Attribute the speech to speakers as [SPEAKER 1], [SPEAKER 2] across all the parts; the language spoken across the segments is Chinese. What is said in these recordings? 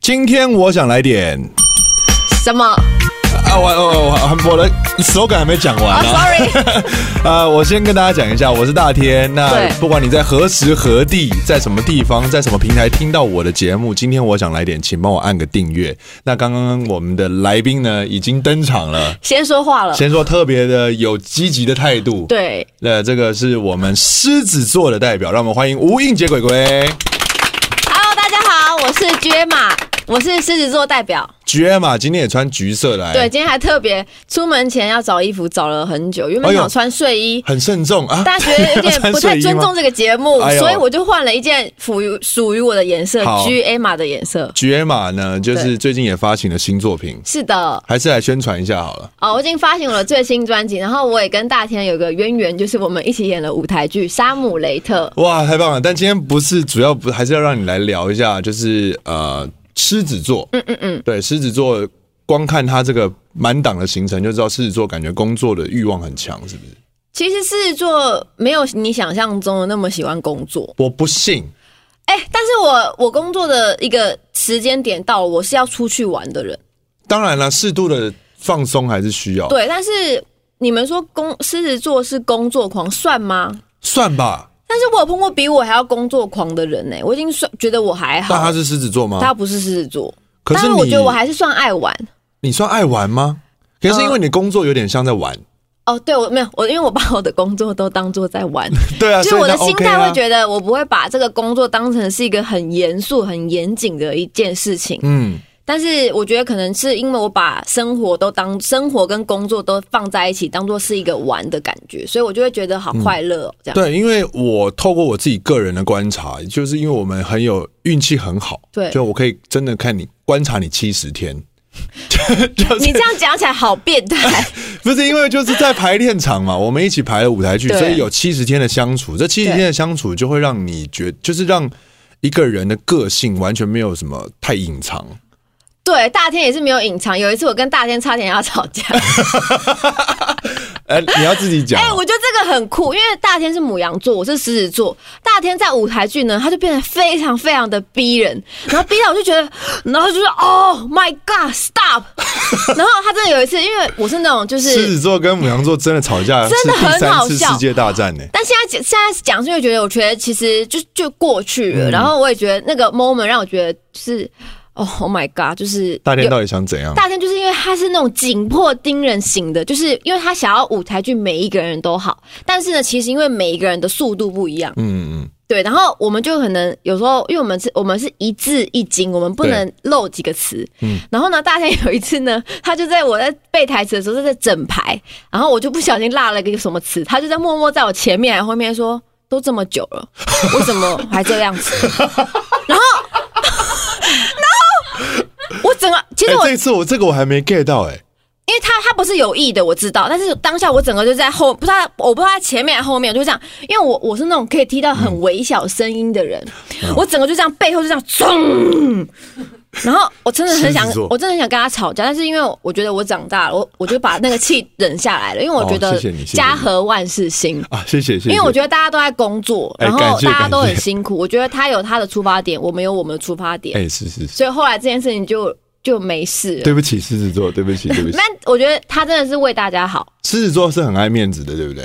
[SPEAKER 1] 今天我想来点
[SPEAKER 2] 什么？
[SPEAKER 1] 啊，我我我我的手感还没讲
[SPEAKER 2] 啊
[SPEAKER 1] 完呢、
[SPEAKER 2] ，sorry、s o r r y
[SPEAKER 1] 啊，我先跟大家讲一下，我是大天。那
[SPEAKER 2] 对
[SPEAKER 1] 不管你在何时何地，在什么地方，在什么平台听到我的节目，今天我想来点，请帮我按个订阅。那刚刚我们的来宾呢已经登场了，
[SPEAKER 2] 先说话了。
[SPEAKER 1] 先说特别的有积极的态度。，
[SPEAKER 2] 啊对，
[SPEAKER 1] 呃，这个是我们狮子座的代表，让我们欢迎无印杰鬼鬼。
[SPEAKER 2] Hello，大家好，我是爵马，我是狮子座代表。
[SPEAKER 1] 绝嘛，今天也穿橘色来，
[SPEAKER 2] 对，，今天还特别出门前要找衣服，找了很久，原
[SPEAKER 1] 哎
[SPEAKER 2] 本
[SPEAKER 1] 呦
[SPEAKER 2] 想穿睡衣。
[SPEAKER 1] 很慎重啊。
[SPEAKER 2] 但觉得 有点
[SPEAKER 1] 穿
[SPEAKER 2] 不太
[SPEAKER 1] 睡衣
[SPEAKER 2] 尊
[SPEAKER 1] 吗
[SPEAKER 2] 重这个节目，
[SPEAKER 1] 哎呦
[SPEAKER 2] 所以我就换了一件属于属于我的颜色
[SPEAKER 1] 好
[SPEAKER 2] ，G A 码的颜色。
[SPEAKER 1] 爵马呢，就是
[SPEAKER 2] 对
[SPEAKER 1] 最近也发行了新作品，
[SPEAKER 2] 是的，
[SPEAKER 1] 还是来宣传一下好了。
[SPEAKER 2] 哦，我已经发行我的最新专辑，然后我也跟大天有个渊源，就是我们一起演了舞台剧《沙姆雷特》。
[SPEAKER 1] 哇，太棒了！但今天不是主要不，还是要让你来聊一下，就是呃，狮子座，嗯嗯嗯，对，狮子座，光看他这个满档的行程就知道，狮子座感觉工作的欲望很强，是不是？
[SPEAKER 2] 其实狮子座没有你想象中的那么喜欢工作，
[SPEAKER 1] 我不信，
[SPEAKER 2] 哎、但是我我工作的一个时间点到了，我是要出去玩的人。
[SPEAKER 1] 当然了，适度的放松还是需要，
[SPEAKER 2] 对，但是你们说工狮子座是工作狂算吗？
[SPEAKER 1] 算吧。
[SPEAKER 2] 但是我有碰过比我还要工作狂的人呢、我已经算觉得我还
[SPEAKER 1] 但他
[SPEAKER 2] 好，
[SPEAKER 1] 是狮子座吗？
[SPEAKER 2] 他不是狮子座，
[SPEAKER 1] 可是
[SPEAKER 2] 但
[SPEAKER 1] 你，
[SPEAKER 2] 我觉得我还是算爱玩。
[SPEAKER 1] 你算爱玩吗？可是因
[SPEAKER 2] 嗯
[SPEAKER 1] 为你工作有点像在玩，
[SPEAKER 2] 哦，对，我没有我，因为我把我的工作都当做在玩，
[SPEAKER 1] 对 啊，
[SPEAKER 2] 就是
[SPEAKER 1] 所以
[SPEAKER 2] 我的
[SPEAKER 1] 那
[SPEAKER 2] 心
[SPEAKER 1] OK
[SPEAKER 2] 态
[SPEAKER 1] 啊
[SPEAKER 2] 会觉得我不会把这个工作当成是一个很严肃、很严谨的一件事情。
[SPEAKER 1] 嗯，
[SPEAKER 2] 但是我觉得可能是因为我把生活都当生活跟工作都放在一起，当做是一个玩的感觉，所以我就会觉得好快乐、哦，这样。
[SPEAKER 1] 嗯对，因为我透过我自己个人的观察，就是因为我们很有运气很好，
[SPEAKER 2] 对
[SPEAKER 1] 就我可以真的看你观察你七十天，就是
[SPEAKER 2] 你这样讲起来好变态，
[SPEAKER 1] 不是因为就是在排练场嘛，我们一起排了舞台剧，
[SPEAKER 2] 对
[SPEAKER 1] 所以有七十天的相处，这七十
[SPEAKER 2] 对
[SPEAKER 1] 天的相处就会让你觉，就是让一个人的个性完全没有什么太隐藏。
[SPEAKER 2] 对，大天也是没有隐藏。有一次我跟大天差点要吵 架，
[SPEAKER 1] 哎、你要自己讲
[SPEAKER 2] 哎、
[SPEAKER 1] 啊、
[SPEAKER 2] 我觉得这个很酷，因为大天是母羊座，我是狮子座。大天在舞台剧呢，他就变得非常非常的逼人，然后逼到我就觉得，然后就是，Oh my God，Stop！然后 他真的有一次，因为我是那种就
[SPEAKER 1] 狮
[SPEAKER 2] 是
[SPEAKER 1] 子座跟母羊座真的吵架，
[SPEAKER 2] 真的
[SPEAKER 1] 是第
[SPEAKER 2] 很
[SPEAKER 1] 三
[SPEAKER 2] 好
[SPEAKER 1] 次
[SPEAKER 2] 笑
[SPEAKER 1] 世界大战呢、
[SPEAKER 2] 但现在讲现在讲，就会觉得，我觉得其实就就过去了。然后我也觉得那个 moment 让我觉得就是，哦，Oh my god，就是
[SPEAKER 1] 大天
[SPEAKER 2] 有
[SPEAKER 1] 到底想怎样？
[SPEAKER 2] 大天就是因为他是那种紧迫盯人型的，就是因为他想要舞台剧每一个人都好，但是呢，其实因为每一个人的速度不一样，
[SPEAKER 1] 嗯嗯，
[SPEAKER 2] 对，然后我们就可能有时候，因为我们是我们是一字一金，我们不
[SPEAKER 1] 对
[SPEAKER 2] 能漏几个词。
[SPEAKER 1] 嗯
[SPEAKER 2] 然后呢，大天有一次呢，他就在我在背台词的时候，他在整排，然后我就不小心落了一个什么词，他就在默默在我前面还后面说：“都这么久了，为什么还这样子？” 然后，然后我整个其
[SPEAKER 1] 哎、
[SPEAKER 2] 实我、
[SPEAKER 1] 这一次我这个我还没 get 到哎、
[SPEAKER 2] 因为他他不是有意的，我知道，但是当下我整个就在后，不知道我不知道他前面还是后面，我就这样，因为我我是那种可以听到很微小声音的人，
[SPEAKER 1] 嗯
[SPEAKER 2] 我整个就这样背后就这样冲，然后我真的很想
[SPEAKER 1] 狮子座，
[SPEAKER 2] 我真的很想跟他吵架，但是因为我觉得我长大了，我我就把那个气忍下来了，因为我觉
[SPEAKER 1] 哦
[SPEAKER 2] 得
[SPEAKER 1] 谢谢你谢谢你
[SPEAKER 2] 家和万事兴。
[SPEAKER 1] 啊，谢谢谢谢。
[SPEAKER 2] 因为我觉得大家都在工作，
[SPEAKER 1] 哎
[SPEAKER 2] 然后
[SPEAKER 1] 感谢
[SPEAKER 2] 大家都
[SPEAKER 1] 感
[SPEAKER 2] 很
[SPEAKER 1] 谢
[SPEAKER 2] 辛苦。我觉得他有他的出发点，我们有我们的出发点，
[SPEAKER 1] 哎、是是是，
[SPEAKER 2] 所以后来这件事情就就没事了。
[SPEAKER 1] 对不起狮子座，对不 起对不起
[SPEAKER 2] 那，我觉得他真的是为大家好。
[SPEAKER 1] 狮子座是很爱面子的，对不对？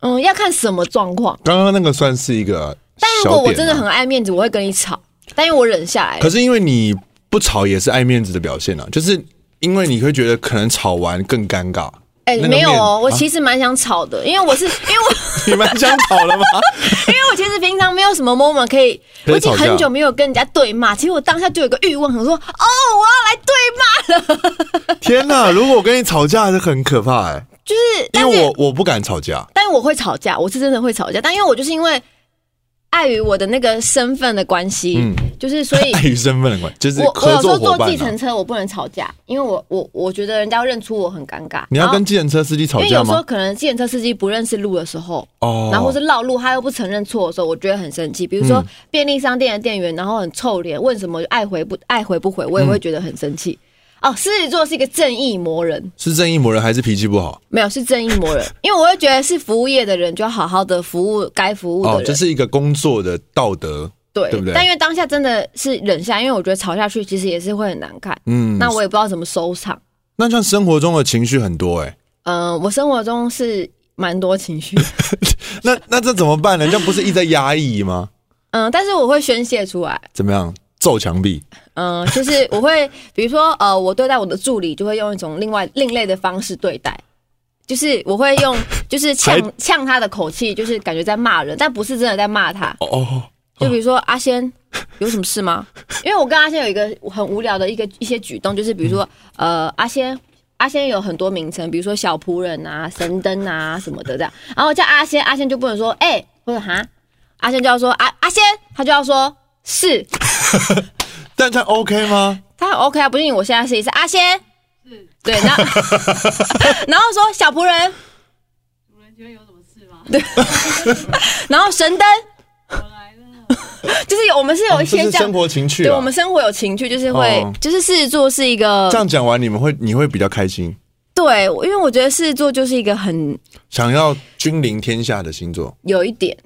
[SPEAKER 2] 嗯，要看什么状况。
[SPEAKER 1] 刚刚那个算是一个
[SPEAKER 2] 但如
[SPEAKER 1] 小
[SPEAKER 2] 果我
[SPEAKER 1] 点
[SPEAKER 2] 真的
[SPEAKER 1] 啊
[SPEAKER 2] 很爱面子，我会跟你吵，但因为我忍下来了
[SPEAKER 1] 可。是因为你不吵也是爱面子的表现啊，就是因为你会觉得可能吵完更尴尬。
[SPEAKER 2] 哎、
[SPEAKER 1] 那个
[SPEAKER 2] 没有
[SPEAKER 1] 面
[SPEAKER 2] 哦，我
[SPEAKER 1] 啊
[SPEAKER 2] 其实蛮想吵的，因为我是 因为我
[SPEAKER 1] 你们想吵了吗？
[SPEAKER 2] 因为我其实平常没有什么 moment 可以，
[SPEAKER 1] 可以
[SPEAKER 2] 我已经
[SPEAKER 1] 吵架
[SPEAKER 2] 很久没有跟人家对骂。其实我当下就有个欲望，想说哦，我要来对骂，
[SPEAKER 1] 天哪！如果我跟你吵架，是很可怕哎、
[SPEAKER 2] 就是但
[SPEAKER 1] 因为
[SPEAKER 2] 是
[SPEAKER 1] 我我不敢吵架。
[SPEAKER 2] 但我会吵架，我是真的会吵架，但因为我就是因为碍于我的那个身份的关系，
[SPEAKER 1] 嗯
[SPEAKER 2] 就是所以
[SPEAKER 1] 碍于身份的关系，就是
[SPEAKER 2] 哎我我
[SPEAKER 1] 合
[SPEAKER 2] 有时
[SPEAKER 1] 作
[SPEAKER 2] 候
[SPEAKER 1] 伙
[SPEAKER 2] 坐
[SPEAKER 1] 伴、
[SPEAKER 2] 计程
[SPEAKER 1] 啊。
[SPEAKER 2] 车我不能吵架，因为我我我觉得人家认出我很尴尬。
[SPEAKER 1] 你要
[SPEAKER 2] 然后
[SPEAKER 1] 跟计程车司机吵
[SPEAKER 2] 因为
[SPEAKER 1] 架
[SPEAKER 2] 有时候
[SPEAKER 1] 吗？
[SPEAKER 2] 可能计程车司机不认识路的时候，
[SPEAKER 1] 哦
[SPEAKER 2] 然后是绕路，他又不承认错的时候，我觉得很生气。比如
[SPEAKER 1] 嗯
[SPEAKER 2] 说便利商店的店员，然后很臭脸，问什么爱回不爱回不回，我也会觉得很生气。
[SPEAKER 1] 嗯
[SPEAKER 2] 哦，狮子座是一个正义魔人，
[SPEAKER 1] 是正义魔人还是脾气不好？
[SPEAKER 2] 没有是正义 魔人，因为我会觉得是服务业的人就要好好的服务该服务的
[SPEAKER 1] 哦，
[SPEAKER 2] 人，
[SPEAKER 1] 这是一个工作的道德
[SPEAKER 2] 对，
[SPEAKER 1] 对不对
[SPEAKER 2] 但因为当下真的是忍下，因为我觉得吵下去其实也是会很难看。
[SPEAKER 1] 嗯，
[SPEAKER 2] 那我也不知道怎么收场。
[SPEAKER 1] 那像生活中的情绪很多哎、
[SPEAKER 2] 嗯、我生活中是蛮多情绪，
[SPEAKER 1] 那那这怎么办呢？这样不是一直在压抑吗？
[SPEAKER 2] 嗯、但是我会宣泄出来。
[SPEAKER 1] 怎么样？揍墙壁？
[SPEAKER 2] 嗯、就是我会，比如说，呃，我对待我的助理就会用一种另外另类的方式对待，就是我会用，就是呛
[SPEAKER 1] 还
[SPEAKER 2] 呛他的口气，就是感觉在骂人，但不是真的在骂他。
[SPEAKER 1] 哦哦，
[SPEAKER 2] 就比如说阿仙，有什么事吗？因为我跟阿仙有一个很无聊的一个一些举动，就是比如说，呃，阿仙。阿仙有很多名称，比如说小仆人啊、神灯啊什么的这样。然后我叫阿仙，阿仙就不能说哎、或者哈，阿仙就要说阿阿仙，他就要说是，
[SPEAKER 1] 但他 OK 吗？
[SPEAKER 2] 他很 OK 啊，不信我现在试一次。阿仙，对，然 后然后说小仆人，
[SPEAKER 3] 主人觉得有什么事吗？
[SPEAKER 2] 然后神灯，
[SPEAKER 3] 我来了，
[SPEAKER 2] 就是有我们是有一
[SPEAKER 1] 这
[SPEAKER 2] 些
[SPEAKER 1] 哦是
[SPEAKER 2] 这样，
[SPEAKER 1] 生活情趣、啊。
[SPEAKER 2] 哦对我们生活有情趣，就是会、
[SPEAKER 1] 哦
[SPEAKER 2] 就是狮子座是一个
[SPEAKER 1] 这样讲完，你们会你会比较开心，
[SPEAKER 2] 对，我因为我觉得狮子座就是一个很
[SPEAKER 1] 想要君临天下的星座，
[SPEAKER 2] 有一点，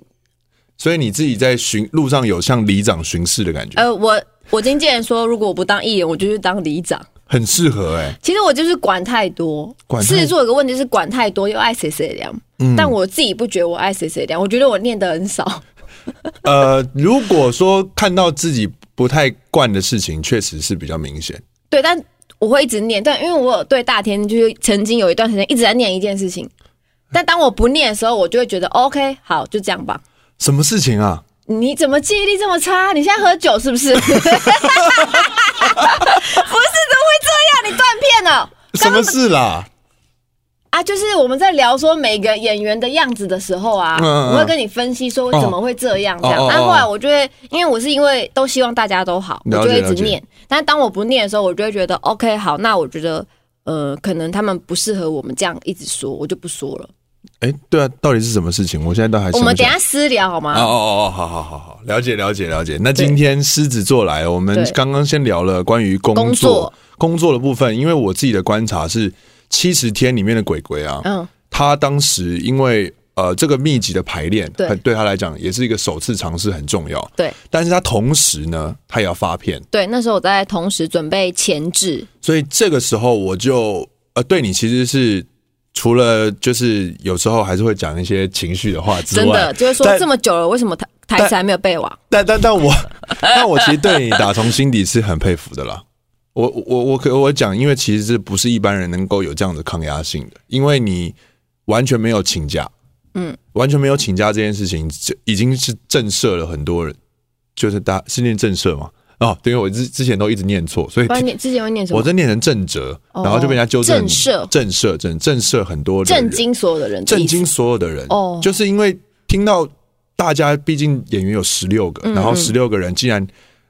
[SPEAKER 1] 所以你自己在巡路上有像里长巡视的感觉，
[SPEAKER 2] 呃，我我经纪人说，如果我不当艺人，我就去当里长。
[SPEAKER 1] 很适合哎、
[SPEAKER 2] 其实我就是管太多
[SPEAKER 1] 管，太嗯
[SPEAKER 2] 狮子座有个问题是管太多又爱谁谁凉，但我自己不觉得我爱谁谁凉，我觉得我念的很少。
[SPEAKER 1] 呃，如果说看到自己不太惯的事情，确实是比较明显。
[SPEAKER 2] 对，但我会一直念，但因为我有对大天就是曾经有一段时间一直在念一件事情，但当我不念的时候，我就会觉得 OK，好，就这样吧。
[SPEAKER 1] 什么事情啊？
[SPEAKER 2] 你怎么记忆力这么差？你现在喝酒是不是？ 不是，怎么会这样？你断片了
[SPEAKER 1] 什么事啦？
[SPEAKER 2] 啊！就是我们在聊说每个演员的样子的时候啊，
[SPEAKER 1] 嗯嗯嗯
[SPEAKER 2] 我会跟你分析说怎么会这样这样。
[SPEAKER 1] 哦哦哦
[SPEAKER 2] 但后来我就会，因为我是因为都希望大家都好，我
[SPEAKER 1] 了
[SPEAKER 2] 就
[SPEAKER 1] 解
[SPEAKER 2] 会一
[SPEAKER 1] 了
[SPEAKER 2] 直
[SPEAKER 1] 解
[SPEAKER 2] 念。但当我不念的时候，我就会觉得 OK，好，那我觉得呃，可能他们不适合我们这样一直说，我就不说了。
[SPEAKER 1] 哎、对啊，到底是什么事情？我现在倒还
[SPEAKER 2] 我
[SPEAKER 1] 想不
[SPEAKER 2] 们
[SPEAKER 1] 起
[SPEAKER 2] 等一
[SPEAKER 1] 来
[SPEAKER 2] 下私聊好吗？
[SPEAKER 1] 哦哦哦，好好好好，了解了解了解。那
[SPEAKER 2] 对
[SPEAKER 1] 今天狮子座来，我们
[SPEAKER 2] 对
[SPEAKER 1] 刚刚先聊了关于工作
[SPEAKER 2] 工作
[SPEAKER 1] 工作的部分，因为我自己的观察是，七十天里面的鬼鬼啊，
[SPEAKER 2] 嗯，
[SPEAKER 1] 他当时因为呃这个密集的排练，
[SPEAKER 2] 对
[SPEAKER 1] 很对他来讲也是一个首次尝试，很重要。
[SPEAKER 2] 对
[SPEAKER 1] 但是他同时呢，他也要发片，
[SPEAKER 2] 对，那时候我在同时准备前置，
[SPEAKER 1] 所以这个时候我就呃对你其实是。除了就是有时候还是会讲一些情绪的话之外，
[SPEAKER 2] 真的就是说
[SPEAKER 1] 但
[SPEAKER 2] 这么久了，为什么台台词还没有背完？
[SPEAKER 1] 但但但我，但我其实对你打从心底是很佩服的啦。我我我可我讲，因为其实这不是一般人能够有这样的抗压性的，因为你完全没有请假，嗯，完全没有请假这件事情，这已经是震慑了很多人，就是大是念震慑嘛？哦，对，因为我之之前都一直念错，所以
[SPEAKER 2] 不然你之前会念什
[SPEAKER 1] 我
[SPEAKER 2] 么？
[SPEAKER 1] 在念成正哲，
[SPEAKER 2] 哦
[SPEAKER 1] 然后就被人家纠正
[SPEAKER 2] 震慑
[SPEAKER 1] 震慑震震慑很多的人
[SPEAKER 2] 震惊所有的人的
[SPEAKER 1] 震
[SPEAKER 2] 意思，
[SPEAKER 1] 惊所有的人，
[SPEAKER 2] 哦
[SPEAKER 1] 就是因为听到大家，毕竟演员有十六
[SPEAKER 2] 嗯
[SPEAKER 1] 个，然后十六个人竟然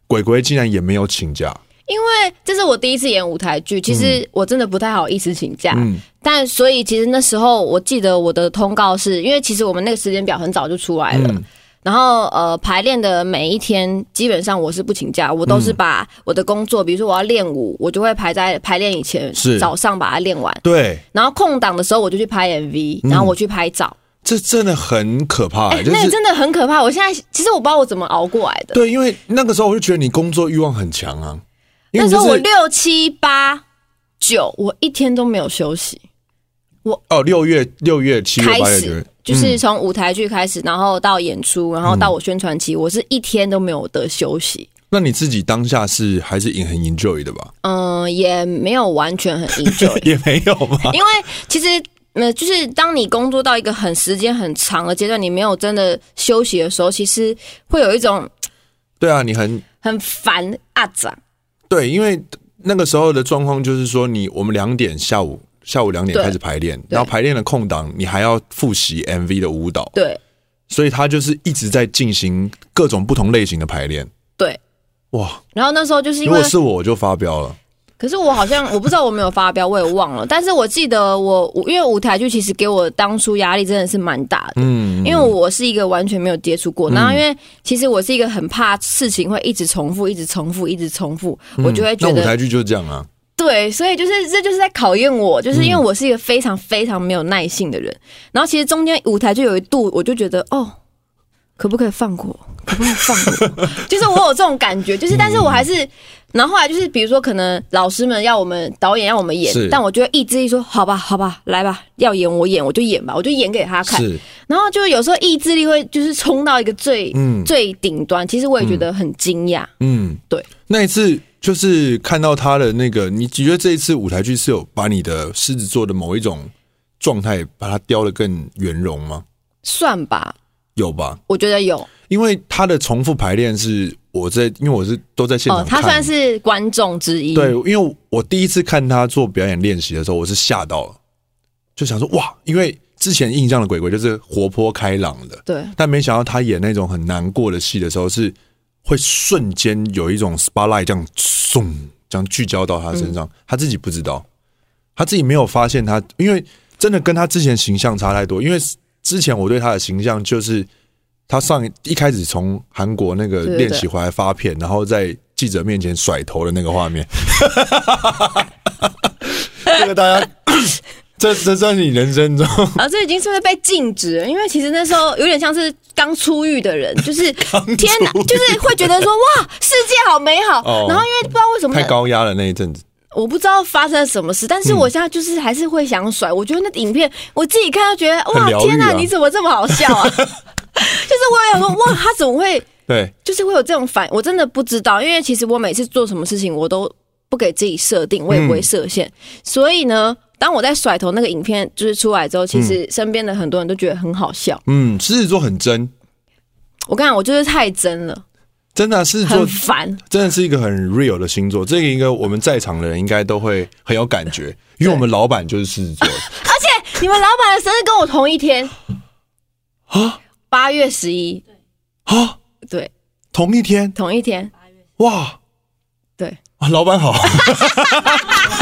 [SPEAKER 1] 鬼鬼竟然也没有请假，
[SPEAKER 2] 因为这是我第一次演舞台剧，其实我真的不太好意思请假，
[SPEAKER 1] 嗯
[SPEAKER 2] 但所以其实那时候我记得我的通告是因为其实我们那个时间表很早就出来了。
[SPEAKER 1] 嗯
[SPEAKER 2] 然后呃，排练的每一天，基本上我是不请假，我都
[SPEAKER 1] 嗯
[SPEAKER 2] 是把我的工作，比如说我要练舞，我就会排在排练以前
[SPEAKER 1] 是
[SPEAKER 2] 早上把它练完，
[SPEAKER 1] 对，
[SPEAKER 2] 然后空档的时候我就去拍 MV，然后我去拍照，
[SPEAKER 1] 这真的很可怕、
[SPEAKER 2] 哎、
[SPEAKER 1] 嗯就
[SPEAKER 2] 那个
[SPEAKER 1] 是
[SPEAKER 2] 真的很可怕。我现在其实我不知道我怎么熬过来的。
[SPEAKER 1] 对，因为那个时候我就觉得你工作欲望很强啊，因为
[SPEAKER 2] 那
[SPEAKER 1] 你
[SPEAKER 2] 时
[SPEAKER 1] 就
[SPEAKER 2] 候我
[SPEAKER 1] 是
[SPEAKER 2] 六七八九，我一天都没有休息，
[SPEAKER 1] 哦六月六月七月
[SPEAKER 2] 开
[SPEAKER 1] 八月九嗯
[SPEAKER 2] 始
[SPEAKER 1] 月，
[SPEAKER 2] 就是从舞台剧开始，然后到演出，然后到我宣传期，我是一天都没有得休息。
[SPEAKER 1] 那你自己当下是还是很 enjoy 的吧？
[SPEAKER 2] 嗯，也没有完全很 enjoy，
[SPEAKER 1] 也没有吧？
[SPEAKER 2] 因为其实。呃，就是当你工作到一个很时间很长的阶段，你没有真的休息的时候，其实会有一种
[SPEAKER 1] 对啊，你很
[SPEAKER 2] 很烦啊长。
[SPEAKER 1] 对，因为那个时候的状况就是说你，我们两点下午下午两点
[SPEAKER 2] 对
[SPEAKER 1] 开始排练，然后排练的空档，你还要复习 MV 的舞蹈，
[SPEAKER 2] 对
[SPEAKER 1] 所以他就是一直在进行各种不同类型的排练。
[SPEAKER 2] 对，
[SPEAKER 1] 哇！
[SPEAKER 2] 然后那时候就是因
[SPEAKER 1] 如
[SPEAKER 2] 为
[SPEAKER 1] 果是我，我就发飙了。
[SPEAKER 2] 可是我好像我不知道我没有发飙，我也忘了。但是我记得我我因为舞台剧其实给我当初压力真的是蛮大的，
[SPEAKER 1] 嗯，
[SPEAKER 2] 因为我是一个完全没有接触过，然后因为其实我是一个很怕事情会一直重复、一直重复、一直重复，我就会哎
[SPEAKER 1] 嗯
[SPEAKER 2] 觉
[SPEAKER 1] 那舞
[SPEAKER 2] 得
[SPEAKER 1] 台剧就是这样啊。
[SPEAKER 2] 对，所以就是这就是在考验我，
[SPEAKER 1] 嗯
[SPEAKER 2] 就是因为我是一个非常非常没有耐性的人。然后其实中间舞台就有一度我就觉得哦，可不可以放过？可不可以放 过？就是我有这种感觉，就是但是我
[SPEAKER 1] 嗯
[SPEAKER 2] 还是，然后后来就是比如说，可能老师们要我们导演要我们演
[SPEAKER 1] 是，
[SPEAKER 2] 但我就会一志力说，好吧，好吧，来吧，要演我演，我就演吧，我就演给他看。
[SPEAKER 1] 是
[SPEAKER 2] 然后就有时候意志力会就是冲到一个最、
[SPEAKER 1] 嗯
[SPEAKER 2] 最顶端，其实我也觉得很惊讶。
[SPEAKER 1] 嗯，
[SPEAKER 2] 对。
[SPEAKER 1] 那一次就是看到他的那个，你觉得这一次舞台剧是有把你的狮子座的某一种状态把它雕得更圆融吗？
[SPEAKER 2] 算吧，
[SPEAKER 1] 有吧？
[SPEAKER 2] 我觉得有
[SPEAKER 1] 因为他的重复排练是我在，因为我是都在现
[SPEAKER 2] 哦
[SPEAKER 1] 场，看
[SPEAKER 2] 他
[SPEAKER 1] 的，
[SPEAKER 2] 算是观众之一。
[SPEAKER 1] 对，因为我第一次看他做表演练习的时候，我是吓到了，就想说哇，因为之前印象的鬼鬼就是活泼开朗的，
[SPEAKER 2] 对
[SPEAKER 1] 但没想到他演那种很难过的戏的时候，是会瞬间有一种 spotlight 这样送这样聚焦到他身
[SPEAKER 2] 嗯
[SPEAKER 1] 上，他自己不知道，他自己没有发现他，因为真的跟他之前形象差太多。因为之前我对他的形象就是他上一一开始从韩国那个
[SPEAKER 2] 对对
[SPEAKER 1] 练习回来发片，然后在记者面前甩头的那个画 面，这个大家。这这算是你人生中
[SPEAKER 2] 啊，这已经是不是被禁止了？因为其实那时候有点像是刚出狱 的人，就是天哪，就是会觉得说哇，世界好美好。
[SPEAKER 1] 哦
[SPEAKER 2] 然后因为不知道为什么
[SPEAKER 1] 太，高压了那一阵子，
[SPEAKER 2] 我不知道发生了什么事，但是我现在就是还是会想甩。我觉得那影片我自己看到觉得
[SPEAKER 1] 很
[SPEAKER 2] 哇
[SPEAKER 1] 疗，愈
[SPEAKER 2] 天哪，
[SPEAKER 1] 啊
[SPEAKER 2] 你怎么这么好笑啊？ 就是我也想说哇，他怎么会
[SPEAKER 1] 对，
[SPEAKER 2] 就是会有这种反，我真的不知道，因为其实我每次做什么事情，我都不给自己设定，我也不会设限，
[SPEAKER 1] 嗯
[SPEAKER 2] 所以呢。当我在甩头那个影片就是出来之后，其实身边的很多人都觉得很好笑。
[SPEAKER 1] 嗯，狮子座很真，
[SPEAKER 2] 我跟你讲，我就是太真了，
[SPEAKER 1] 真的啊、狮子座
[SPEAKER 2] 很烦。
[SPEAKER 1] 真的是一个很 real 的星座，这个应该我们在场的人应该都会很有感觉，因为我们老板就是狮子座的，
[SPEAKER 2] 而且你们老板的生日跟我同一天啊，八月十一
[SPEAKER 1] 啊，
[SPEAKER 2] 对，
[SPEAKER 1] 同一天，
[SPEAKER 2] 同一天，
[SPEAKER 1] 哇，
[SPEAKER 2] 对，
[SPEAKER 1] 啊老板 好，会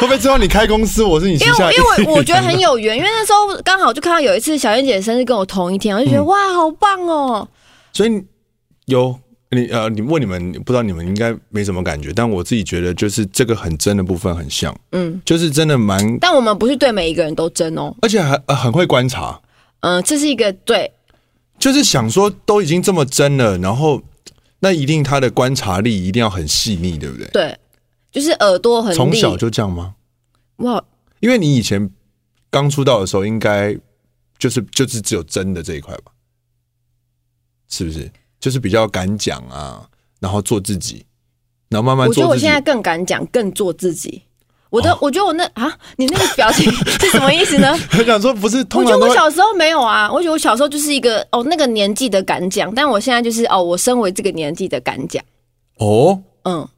[SPEAKER 1] 不会知道你开公司，我是你旗
[SPEAKER 2] 因为
[SPEAKER 1] 下
[SPEAKER 2] 我
[SPEAKER 1] 一？
[SPEAKER 2] 因为我我觉得很有缘，因为那时候刚好就看到有一次小燕姐的生日跟我同一天，我就觉得、
[SPEAKER 1] 嗯
[SPEAKER 2] 哇，好棒哦。
[SPEAKER 1] 所以你有你呃，你问你们，不知道你们应该没什么感觉，但我自己觉得就是这个很真的部分很像，嗯，就是真的蛮，
[SPEAKER 2] 但我们不是对每一个人都真哦，
[SPEAKER 1] 而且还、呃很会观察，
[SPEAKER 2] 嗯、这是一个对
[SPEAKER 1] 就是想说都已经这么真了，然后那一定他的观察力一定要很细腻，对不对？
[SPEAKER 2] 对，就是耳朵很利
[SPEAKER 1] 从小就这样吗？
[SPEAKER 2] 哇，
[SPEAKER 1] 因为你以前刚出道的时候，应该就是就是只有真的这一块吧？是不是？就是比较敢讲啊，然后做自己，然后慢慢
[SPEAKER 2] 我觉得
[SPEAKER 1] 做
[SPEAKER 2] 我
[SPEAKER 1] 自己哦
[SPEAKER 2] 现。在更敢讲，更做自己。我的，我觉得我那啊，你那个表情 是什么意思呢？
[SPEAKER 1] 很想说不是，
[SPEAKER 2] 我
[SPEAKER 1] 通
[SPEAKER 2] 觉
[SPEAKER 1] 常都
[SPEAKER 2] 得我
[SPEAKER 1] 会
[SPEAKER 2] 小时候没有啊，我觉得我小时候就是一个哦那个年纪的敢讲，但我现在就是哦，我身为这个年纪的敢讲，
[SPEAKER 1] 哦，
[SPEAKER 2] 嗯，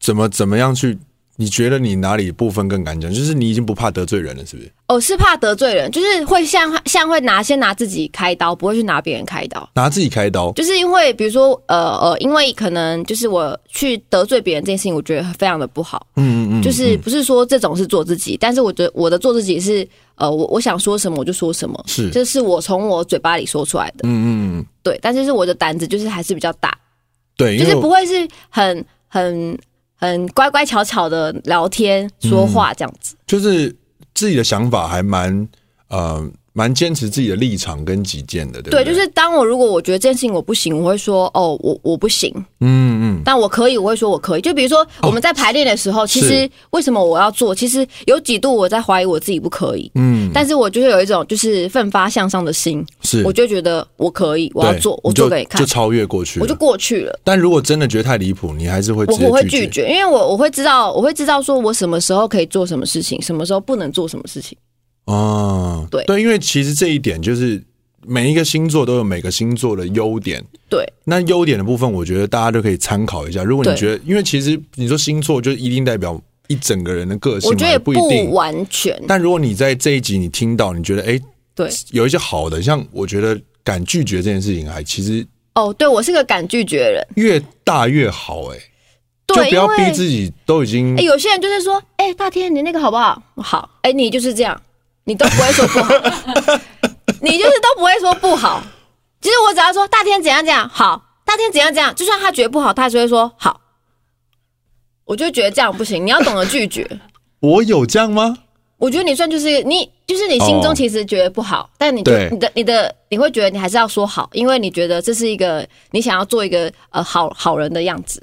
[SPEAKER 1] 怎么怎么样去？你觉得你哪里部分更敢讲？就是你已经不怕得罪人了，是不是？
[SPEAKER 2] 哦是怕得罪人，就是会像像会拿先拿自己开刀，不会去拿别人开刀。
[SPEAKER 1] 拿自己开刀，
[SPEAKER 2] 就是因为，比如说，呃呃，因为可能就是我去得罪别人这件事情，我觉得非常的不好。
[SPEAKER 1] 嗯嗯嗯，
[SPEAKER 2] 就是不是说这种是做自己，但是我觉得我的做自己是，呃，我我想说什么我就说什么，
[SPEAKER 1] 是
[SPEAKER 2] 这是我从我嘴巴里说出来的，
[SPEAKER 1] 嗯嗯嗯，
[SPEAKER 2] 对。但是是我的胆子就是还是比较大，
[SPEAKER 1] 对，
[SPEAKER 2] 就
[SPEAKER 1] 因为
[SPEAKER 2] 是
[SPEAKER 1] 我
[SPEAKER 2] 不会是很很很乖乖巧巧的聊天说
[SPEAKER 1] 嗯
[SPEAKER 2] 话这样子，
[SPEAKER 1] 就是自己的想法还蛮呃蛮坚持自己的立场跟己见的，对不
[SPEAKER 2] 对，
[SPEAKER 1] 对？
[SPEAKER 2] 就是当我如果我觉得这件事情我不行，我会说哦，我我不行，
[SPEAKER 1] 嗯嗯
[SPEAKER 2] 但我可以，我会说我可以。就比如说
[SPEAKER 1] 哦
[SPEAKER 2] 我们在排练的时候，其实为什么我要做？其实有几度我在怀疑我自己不可以，
[SPEAKER 1] 嗯，
[SPEAKER 2] 但是我就是有一种就是奋发向上的心，
[SPEAKER 1] 是
[SPEAKER 2] 我就觉得我可以，我要
[SPEAKER 1] 对
[SPEAKER 2] 做，我
[SPEAKER 1] 你就
[SPEAKER 2] 做给你看
[SPEAKER 1] 就，超越过去了。
[SPEAKER 2] 我就过去了。
[SPEAKER 1] 但如果真的觉得太离谱，你还是会直
[SPEAKER 2] 我
[SPEAKER 1] 接
[SPEAKER 2] 我会拒
[SPEAKER 1] 拒
[SPEAKER 2] 绝，因为我我会知道，我会知道说我什么时候可以做什么事情，什么时候不能做什么事情。
[SPEAKER 1] 啊，
[SPEAKER 2] 对
[SPEAKER 1] 对，因为其实这一点就是每一个星座都有每个星座的优点，
[SPEAKER 2] 对，
[SPEAKER 1] 那优点的部分，我觉得大家都可以参考一下。如果你
[SPEAKER 2] 对
[SPEAKER 1] 觉得，因为其实你说星座就一定代表一整个人的个性
[SPEAKER 2] 我
[SPEAKER 1] 嘛，
[SPEAKER 2] 觉得也
[SPEAKER 1] 不一定。
[SPEAKER 2] 完全
[SPEAKER 1] 但如果你在这一集你听到，你觉得哎、诶
[SPEAKER 2] 对。
[SPEAKER 1] 有一些好的，像我觉得敢拒绝这件事情，还其实
[SPEAKER 2] 哦，对我是个敢拒绝的人，
[SPEAKER 1] 越大越好、欸，就
[SPEAKER 2] 对，
[SPEAKER 1] 不
[SPEAKER 2] 因
[SPEAKER 1] 要
[SPEAKER 2] 为
[SPEAKER 1] 逼自己，都已经
[SPEAKER 2] 哎、有些人就是说，哎、大天，你那个好不好？好，哎、你就是这样，你都不会说不好， 你就是都不会说不好。其实我只要说大天怎样怎样好，大天怎样怎样，就算他觉得不好，他还是会说好。我就觉得这样不行，你要懂得拒绝。
[SPEAKER 1] 我有这样吗？
[SPEAKER 2] 我觉得你算就是你，就是你心中
[SPEAKER 1] 哦
[SPEAKER 2] 其实觉得不好，但你就
[SPEAKER 1] 对
[SPEAKER 2] 你的你的你会觉得你还是要说好，因为你觉得这是一个你想要做一个呃好好人的样子。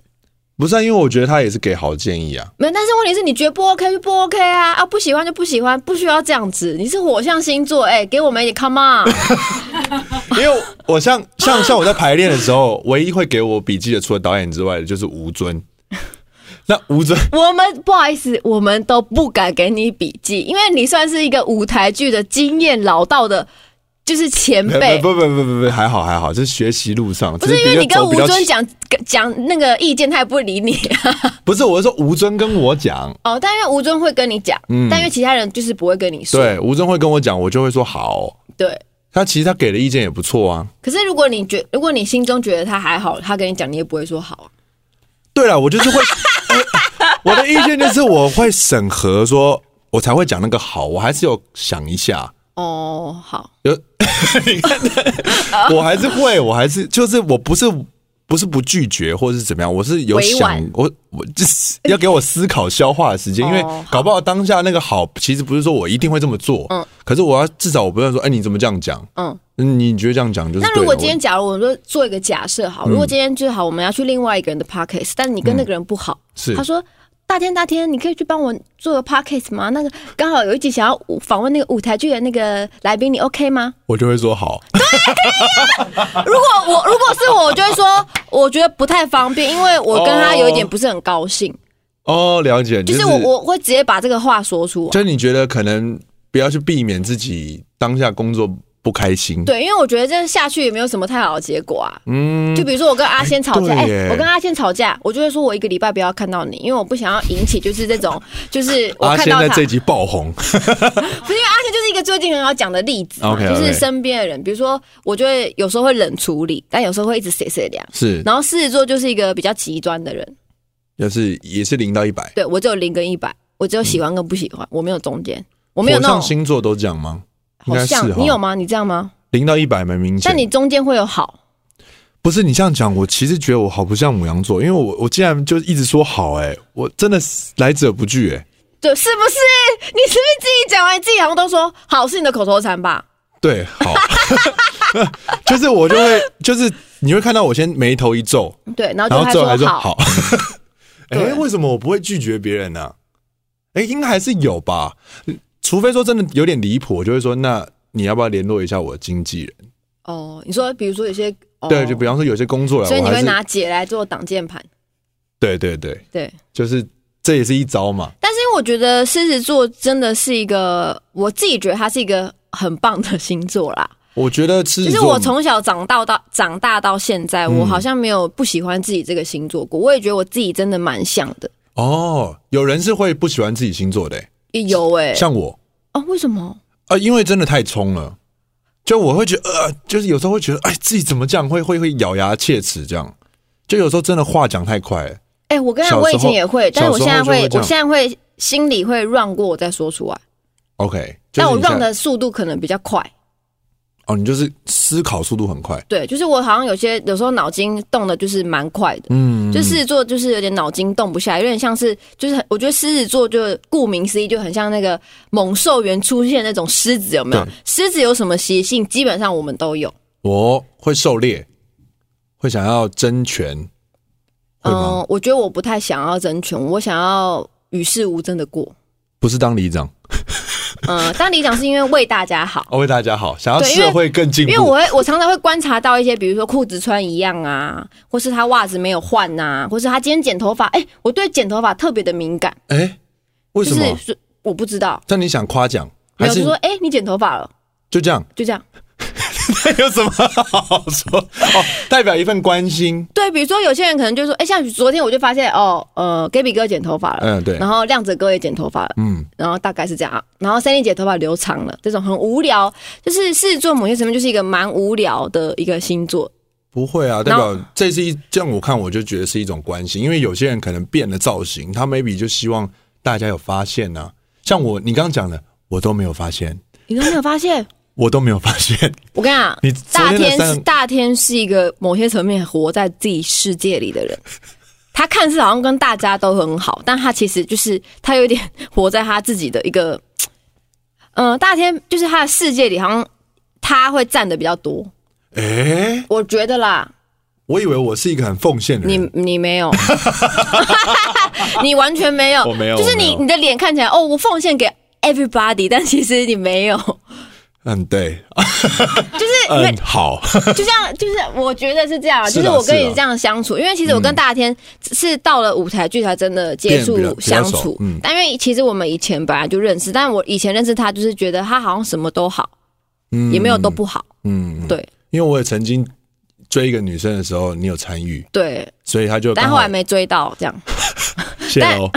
[SPEAKER 1] 不是、啊，因为我觉得他也是给好建议 啊。
[SPEAKER 2] 没有，但是问题是你觉得不 OK 就不 OK 啊，啊不喜欢就不喜欢，不需要这样子。你是火象星座，哎、给我们一点 come on，
[SPEAKER 1] 因为我像像像我在排练的时候，唯一会给我笔记的，除了导演之外的，就是吴尊。那吴尊
[SPEAKER 2] 我们不好意思，我们都不敢给你笔记，因为你算是一个舞台剧的经验老道的，就是前辈。
[SPEAKER 1] 不不不不不，还好还好，这是学习路上。
[SPEAKER 2] 不
[SPEAKER 1] 只
[SPEAKER 2] 是因为
[SPEAKER 1] 比较
[SPEAKER 2] 你跟
[SPEAKER 1] 走
[SPEAKER 2] 吴
[SPEAKER 1] 比较
[SPEAKER 2] 尊
[SPEAKER 1] 前，
[SPEAKER 2] 讲讲那个意见，他也不会理你、
[SPEAKER 1] 不是我是说吴尊跟我讲，
[SPEAKER 2] 哦，但因为吴尊会跟你讲，
[SPEAKER 1] 嗯
[SPEAKER 2] 但因为其他人就是不会跟你说。
[SPEAKER 1] 对，吴尊会跟我讲，我就会说好。
[SPEAKER 2] 对
[SPEAKER 1] 他其实他给的意见也不错啊。
[SPEAKER 2] 可是如果你觉，如果你心中觉得他还好，他跟你讲，你也不会说好啊。
[SPEAKER 1] 对了，我就是会， 哎我的意见就是我会审核说。我才会讲那个好，我还是有想一下，
[SPEAKER 2] 哦，好，哦
[SPEAKER 1] 我还是会，我还是就是我不是不是不拒绝或是怎么样，我是有
[SPEAKER 2] 委
[SPEAKER 1] 想
[SPEAKER 2] 婉
[SPEAKER 1] 我我就是要给我思考消化的时 间，因为
[SPEAKER 2] 哦
[SPEAKER 1] 搞不好当下那个好，其实不是说我一定会这么做，
[SPEAKER 2] 嗯
[SPEAKER 1] 可是我要至少我不要说，哎、你怎么这样讲？
[SPEAKER 2] 嗯。
[SPEAKER 1] 嗯你觉得这样讲就是对
[SPEAKER 2] 那
[SPEAKER 1] 的嗯
[SPEAKER 2] 如果今天，假如我说做一个假设好，如果今天就是好，我们要去另外一个人的 podcast，但你跟那个人不好，
[SPEAKER 1] 嗯是
[SPEAKER 2] 他说。大天大天，你可以去帮我做个 podcast 吗？那个刚好有一集想要访问那个舞台剧的那个来宾，你 OK 吗？
[SPEAKER 1] 我我就会说好，
[SPEAKER 2] 如果我如果是我，我就会说， 我觉得不太方便，因为我跟他有一点不是很高兴，
[SPEAKER 1] 哦，了解，
[SPEAKER 2] 就是我我会直接把这个话说出来。
[SPEAKER 1] 就是你觉得可能不要去避免自己当下工作不开心，，
[SPEAKER 2] 对，因为我觉得这样下去也没有什么太好的结果啊。
[SPEAKER 1] 嗯，
[SPEAKER 2] 就比如说我跟阿仙吵架，
[SPEAKER 1] 哎
[SPEAKER 2] 哎、
[SPEAKER 1] 对耶
[SPEAKER 2] 我跟阿仙吵架，我就会说我一个礼拜不要看到你，因为我不想要引起就是这种，就是我
[SPEAKER 1] 阿
[SPEAKER 2] 看
[SPEAKER 1] 仙
[SPEAKER 2] 到
[SPEAKER 1] 啊在
[SPEAKER 2] 他，
[SPEAKER 1] 这一集爆红，
[SPEAKER 2] 不是因为阿仙就是一个最近很好讲的例子嘛
[SPEAKER 1] OK，OK
[SPEAKER 2] 就是身边的人，比如说我就会有时候会冷处理，但有时候会一直谁谁凉。
[SPEAKER 1] 是，
[SPEAKER 2] 然后狮子座就是一个比较极端的人，
[SPEAKER 1] 就是也是零到一百，
[SPEAKER 2] 对我只有零跟一百，我只有喜欢跟不喜欢，我没有中间，我
[SPEAKER 1] 我
[SPEAKER 2] 没有那
[SPEAKER 1] 上
[SPEAKER 2] 种
[SPEAKER 1] 星座都这样吗？应
[SPEAKER 2] 好
[SPEAKER 1] 该是
[SPEAKER 2] 像
[SPEAKER 1] 哈
[SPEAKER 2] 你有吗？你这样吗？
[SPEAKER 1] 零到一百蛮明显。
[SPEAKER 2] 但你中间会有好，
[SPEAKER 1] 不是你这样讲，我其实觉得我好不像母羊座，因为我我竟然就一直说好、哎，我真的是来者不拒、哎，
[SPEAKER 2] 对，是 不是？你是不是自己讲完，自己好像都说好是你的口头禅吧？
[SPEAKER 1] 对， 好， 就是我就会，就是你会看到我先眉头一皱，
[SPEAKER 2] 哦对，
[SPEAKER 1] 然
[SPEAKER 2] 然后就
[SPEAKER 1] 后
[SPEAKER 2] 他
[SPEAKER 1] 最后还
[SPEAKER 2] 说
[SPEAKER 1] 说
[SPEAKER 2] 好，
[SPEAKER 1] 好， 哎、
[SPEAKER 2] 对
[SPEAKER 1] 为什么我不会拒绝别人呢、哎、应该还是有吧，除非说真的有点离谱，我就会说那。你要不要联络一下我的经纪人？
[SPEAKER 2] 哦，你说比如说有些、哦、
[SPEAKER 1] 对，就比方说有些工作来，
[SPEAKER 2] 所以
[SPEAKER 1] 我
[SPEAKER 2] 你
[SPEAKER 1] 还
[SPEAKER 2] 会
[SPEAKER 1] 是
[SPEAKER 2] 拿姐来做挡箭牌，
[SPEAKER 1] 对对对，
[SPEAKER 2] 对。
[SPEAKER 1] 就是这也是一招嘛。
[SPEAKER 2] 但是因为我觉得狮子座真的是一个，我自己觉得它是一个很棒的星座啦。
[SPEAKER 1] 我觉得狮
[SPEAKER 2] 就
[SPEAKER 1] 子
[SPEAKER 2] 是
[SPEAKER 1] 座嗯
[SPEAKER 2] 我从小长到到长大到现在，我好像没有不喜欢自己这个星座过。我也觉得我自己真的蛮像的，
[SPEAKER 1] 哦，有人是会不喜欢自己星座的、欸
[SPEAKER 2] 也有哎、
[SPEAKER 1] 像我
[SPEAKER 2] 哦，为什么？
[SPEAKER 1] 呃，因为真的太冲了，就我会觉得呃，就是有时候会觉得哎，自己怎么这样，会会会咬牙切齿这样，就有时候真的话讲太快了。
[SPEAKER 2] 哎、我跟你讲，
[SPEAKER 1] 小时候
[SPEAKER 2] 我以前也会，但是我
[SPEAKER 1] 小时候
[SPEAKER 2] 现在
[SPEAKER 1] 就
[SPEAKER 2] 会
[SPEAKER 1] 会，这
[SPEAKER 2] 我
[SPEAKER 1] 样
[SPEAKER 2] 现在会心里会让过，我再说出来。
[SPEAKER 1] OK，就是
[SPEAKER 2] 但我
[SPEAKER 1] 你现
[SPEAKER 2] 让
[SPEAKER 1] 在
[SPEAKER 2] 的速度可能比较快，
[SPEAKER 1] 哦，你就是思考速度很快，
[SPEAKER 2] 对，就是我好像有些有时候脑筋动的就是蛮快的。
[SPEAKER 1] 嗯，
[SPEAKER 2] 就狮子座就是有点脑筋动不下来，有点像是就是很，我觉得狮子座就顾名思义就很像那个猛兽园出现那种狮子，有没有
[SPEAKER 1] 对？
[SPEAKER 2] 狮子有什么习性，基本上我们都有。
[SPEAKER 1] 我会狩猎，会想要争权，会吗？
[SPEAKER 2] 嗯，我觉得我不太想要争权，我想要与世无争 的过。
[SPEAKER 1] 不是当里长，
[SPEAKER 2] 嗯，当理想是因为为大家好。
[SPEAKER 1] 哦，为大家好，想要
[SPEAKER 2] 对因为
[SPEAKER 1] 社会更进
[SPEAKER 2] 因
[SPEAKER 1] 步，
[SPEAKER 2] 为我会，我常常会观察到一些，比如说裤子穿一样啊，或是他袜子没有换啊，或是他今天剪头发，哎、我对剪头发特别的敏感，
[SPEAKER 1] 哎、为
[SPEAKER 2] 就
[SPEAKER 1] 什么？
[SPEAKER 2] 是是我不知道，
[SPEAKER 1] 但你想夸奖，还
[SPEAKER 2] 没有就是说哎、你剪头发了，
[SPEAKER 1] 就这样？
[SPEAKER 2] 就这样。
[SPEAKER 1] 有什么好说？ 哦，代表一份关心。
[SPEAKER 2] 对，比如说有些人可能就说，哎、像昨天我就发现哦，呃，Gaby 哥剪头发了，
[SPEAKER 1] 嗯，对
[SPEAKER 2] 然，后亮子哥也剪头发了，
[SPEAKER 1] 嗯，
[SPEAKER 2] 然后大概是这样啊。然后三丽姐头发留长了，这种很无聊，就是狮子座某些层面就是一个蛮无聊的一个星座。
[SPEAKER 1] 不会啊，代
[SPEAKER 2] 然后
[SPEAKER 1] 表这是一这样，我看我就觉得是一种关心，因为有些人可能变了造型，他 maybe 就希望大家有发现呢、像我，你刚刚讲的，我都没有发现，
[SPEAKER 2] 你都没有发现？
[SPEAKER 1] 我都没有发现。
[SPEAKER 2] 我跟你讲
[SPEAKER 1] 你，昨
[SPEAKER 2] 大
[SPEAKER 1] 天的
[SPEAKER 2] 天
[SPEAKER 1] 三
[SPEAKER 2] 是大天是一个某些层面活在自己世界里的人。他看似好像跟大家都很好，但他其实就是他有点活在他自己的一个嗯，大天就是他的世界里，好像他会占的比较多，
[SPEAKER 1] 哎、
[SPEAKER 2] 我觉得啦。
[SPEAKER 1] 我以为我是一个很奉献的
[SPEAKER 2] 你
[SPEAKER 1] 人，
[SPEAKER 2] 你 没有， 你完全没有，
[SPEAKER 1] 我没有
[SPEAKER 2] 就是
[SPEAKER 1] 我没
[SPEAKER 2] 你
[SPEAKER 1] 有
[SPEAKER 2] 你的脸看起来哦，我奉献给 everybody，但其实你没有，
[SPEAKER 1] 嗯，对，
[SPEAKER 2] 就是因为
[SPEAKER 1] 嗯，好，
[SPEAKER 2] 就像就是我觉得是这样啊，
[SPEAKER 1] 是
[SPEAKER 2] 就
[SPEAKER 1] 啊
[SPEAKER 2] 是我跟
[SPEAKER 1] 是嗯
[SPEAKER 2] 你
[SPEAKER 1] 啊
[SPEAKER 2] 这样相处，因为其实我跟大天是到了舞台剧才真的接触
[SPEAKER 1] 变比较比较
[SPEAKER 2] 相
[SPEAKER 1] 熟
[SPEAKER 2] 处
[SPEAKER 1] 嗯，
[SPEAKER 2] 但因为其实我们以前本来就认识，但我以前认识他就是觉得他好像什么都好，
[SPEAKER 1] 嗯
[SPEAKER 2] 也没有都不好，
[SPEAKER 1] 嗯，嗯
[SPEAKER 2] 对
[SPEAKER 1] 因为我也曾经追一个女生的时候，你有参与，
[SPEAKER 2] 对，
[SPEAKER 1] 所以他就
[SPEAKER 2] 但
[SPEAKER 1] 刚
[SPEAKER 2] 后
[SPEAKER 1] 好
[SPEAKER 2] 来没追到这样，
[SPEAKER 1] 谢喽。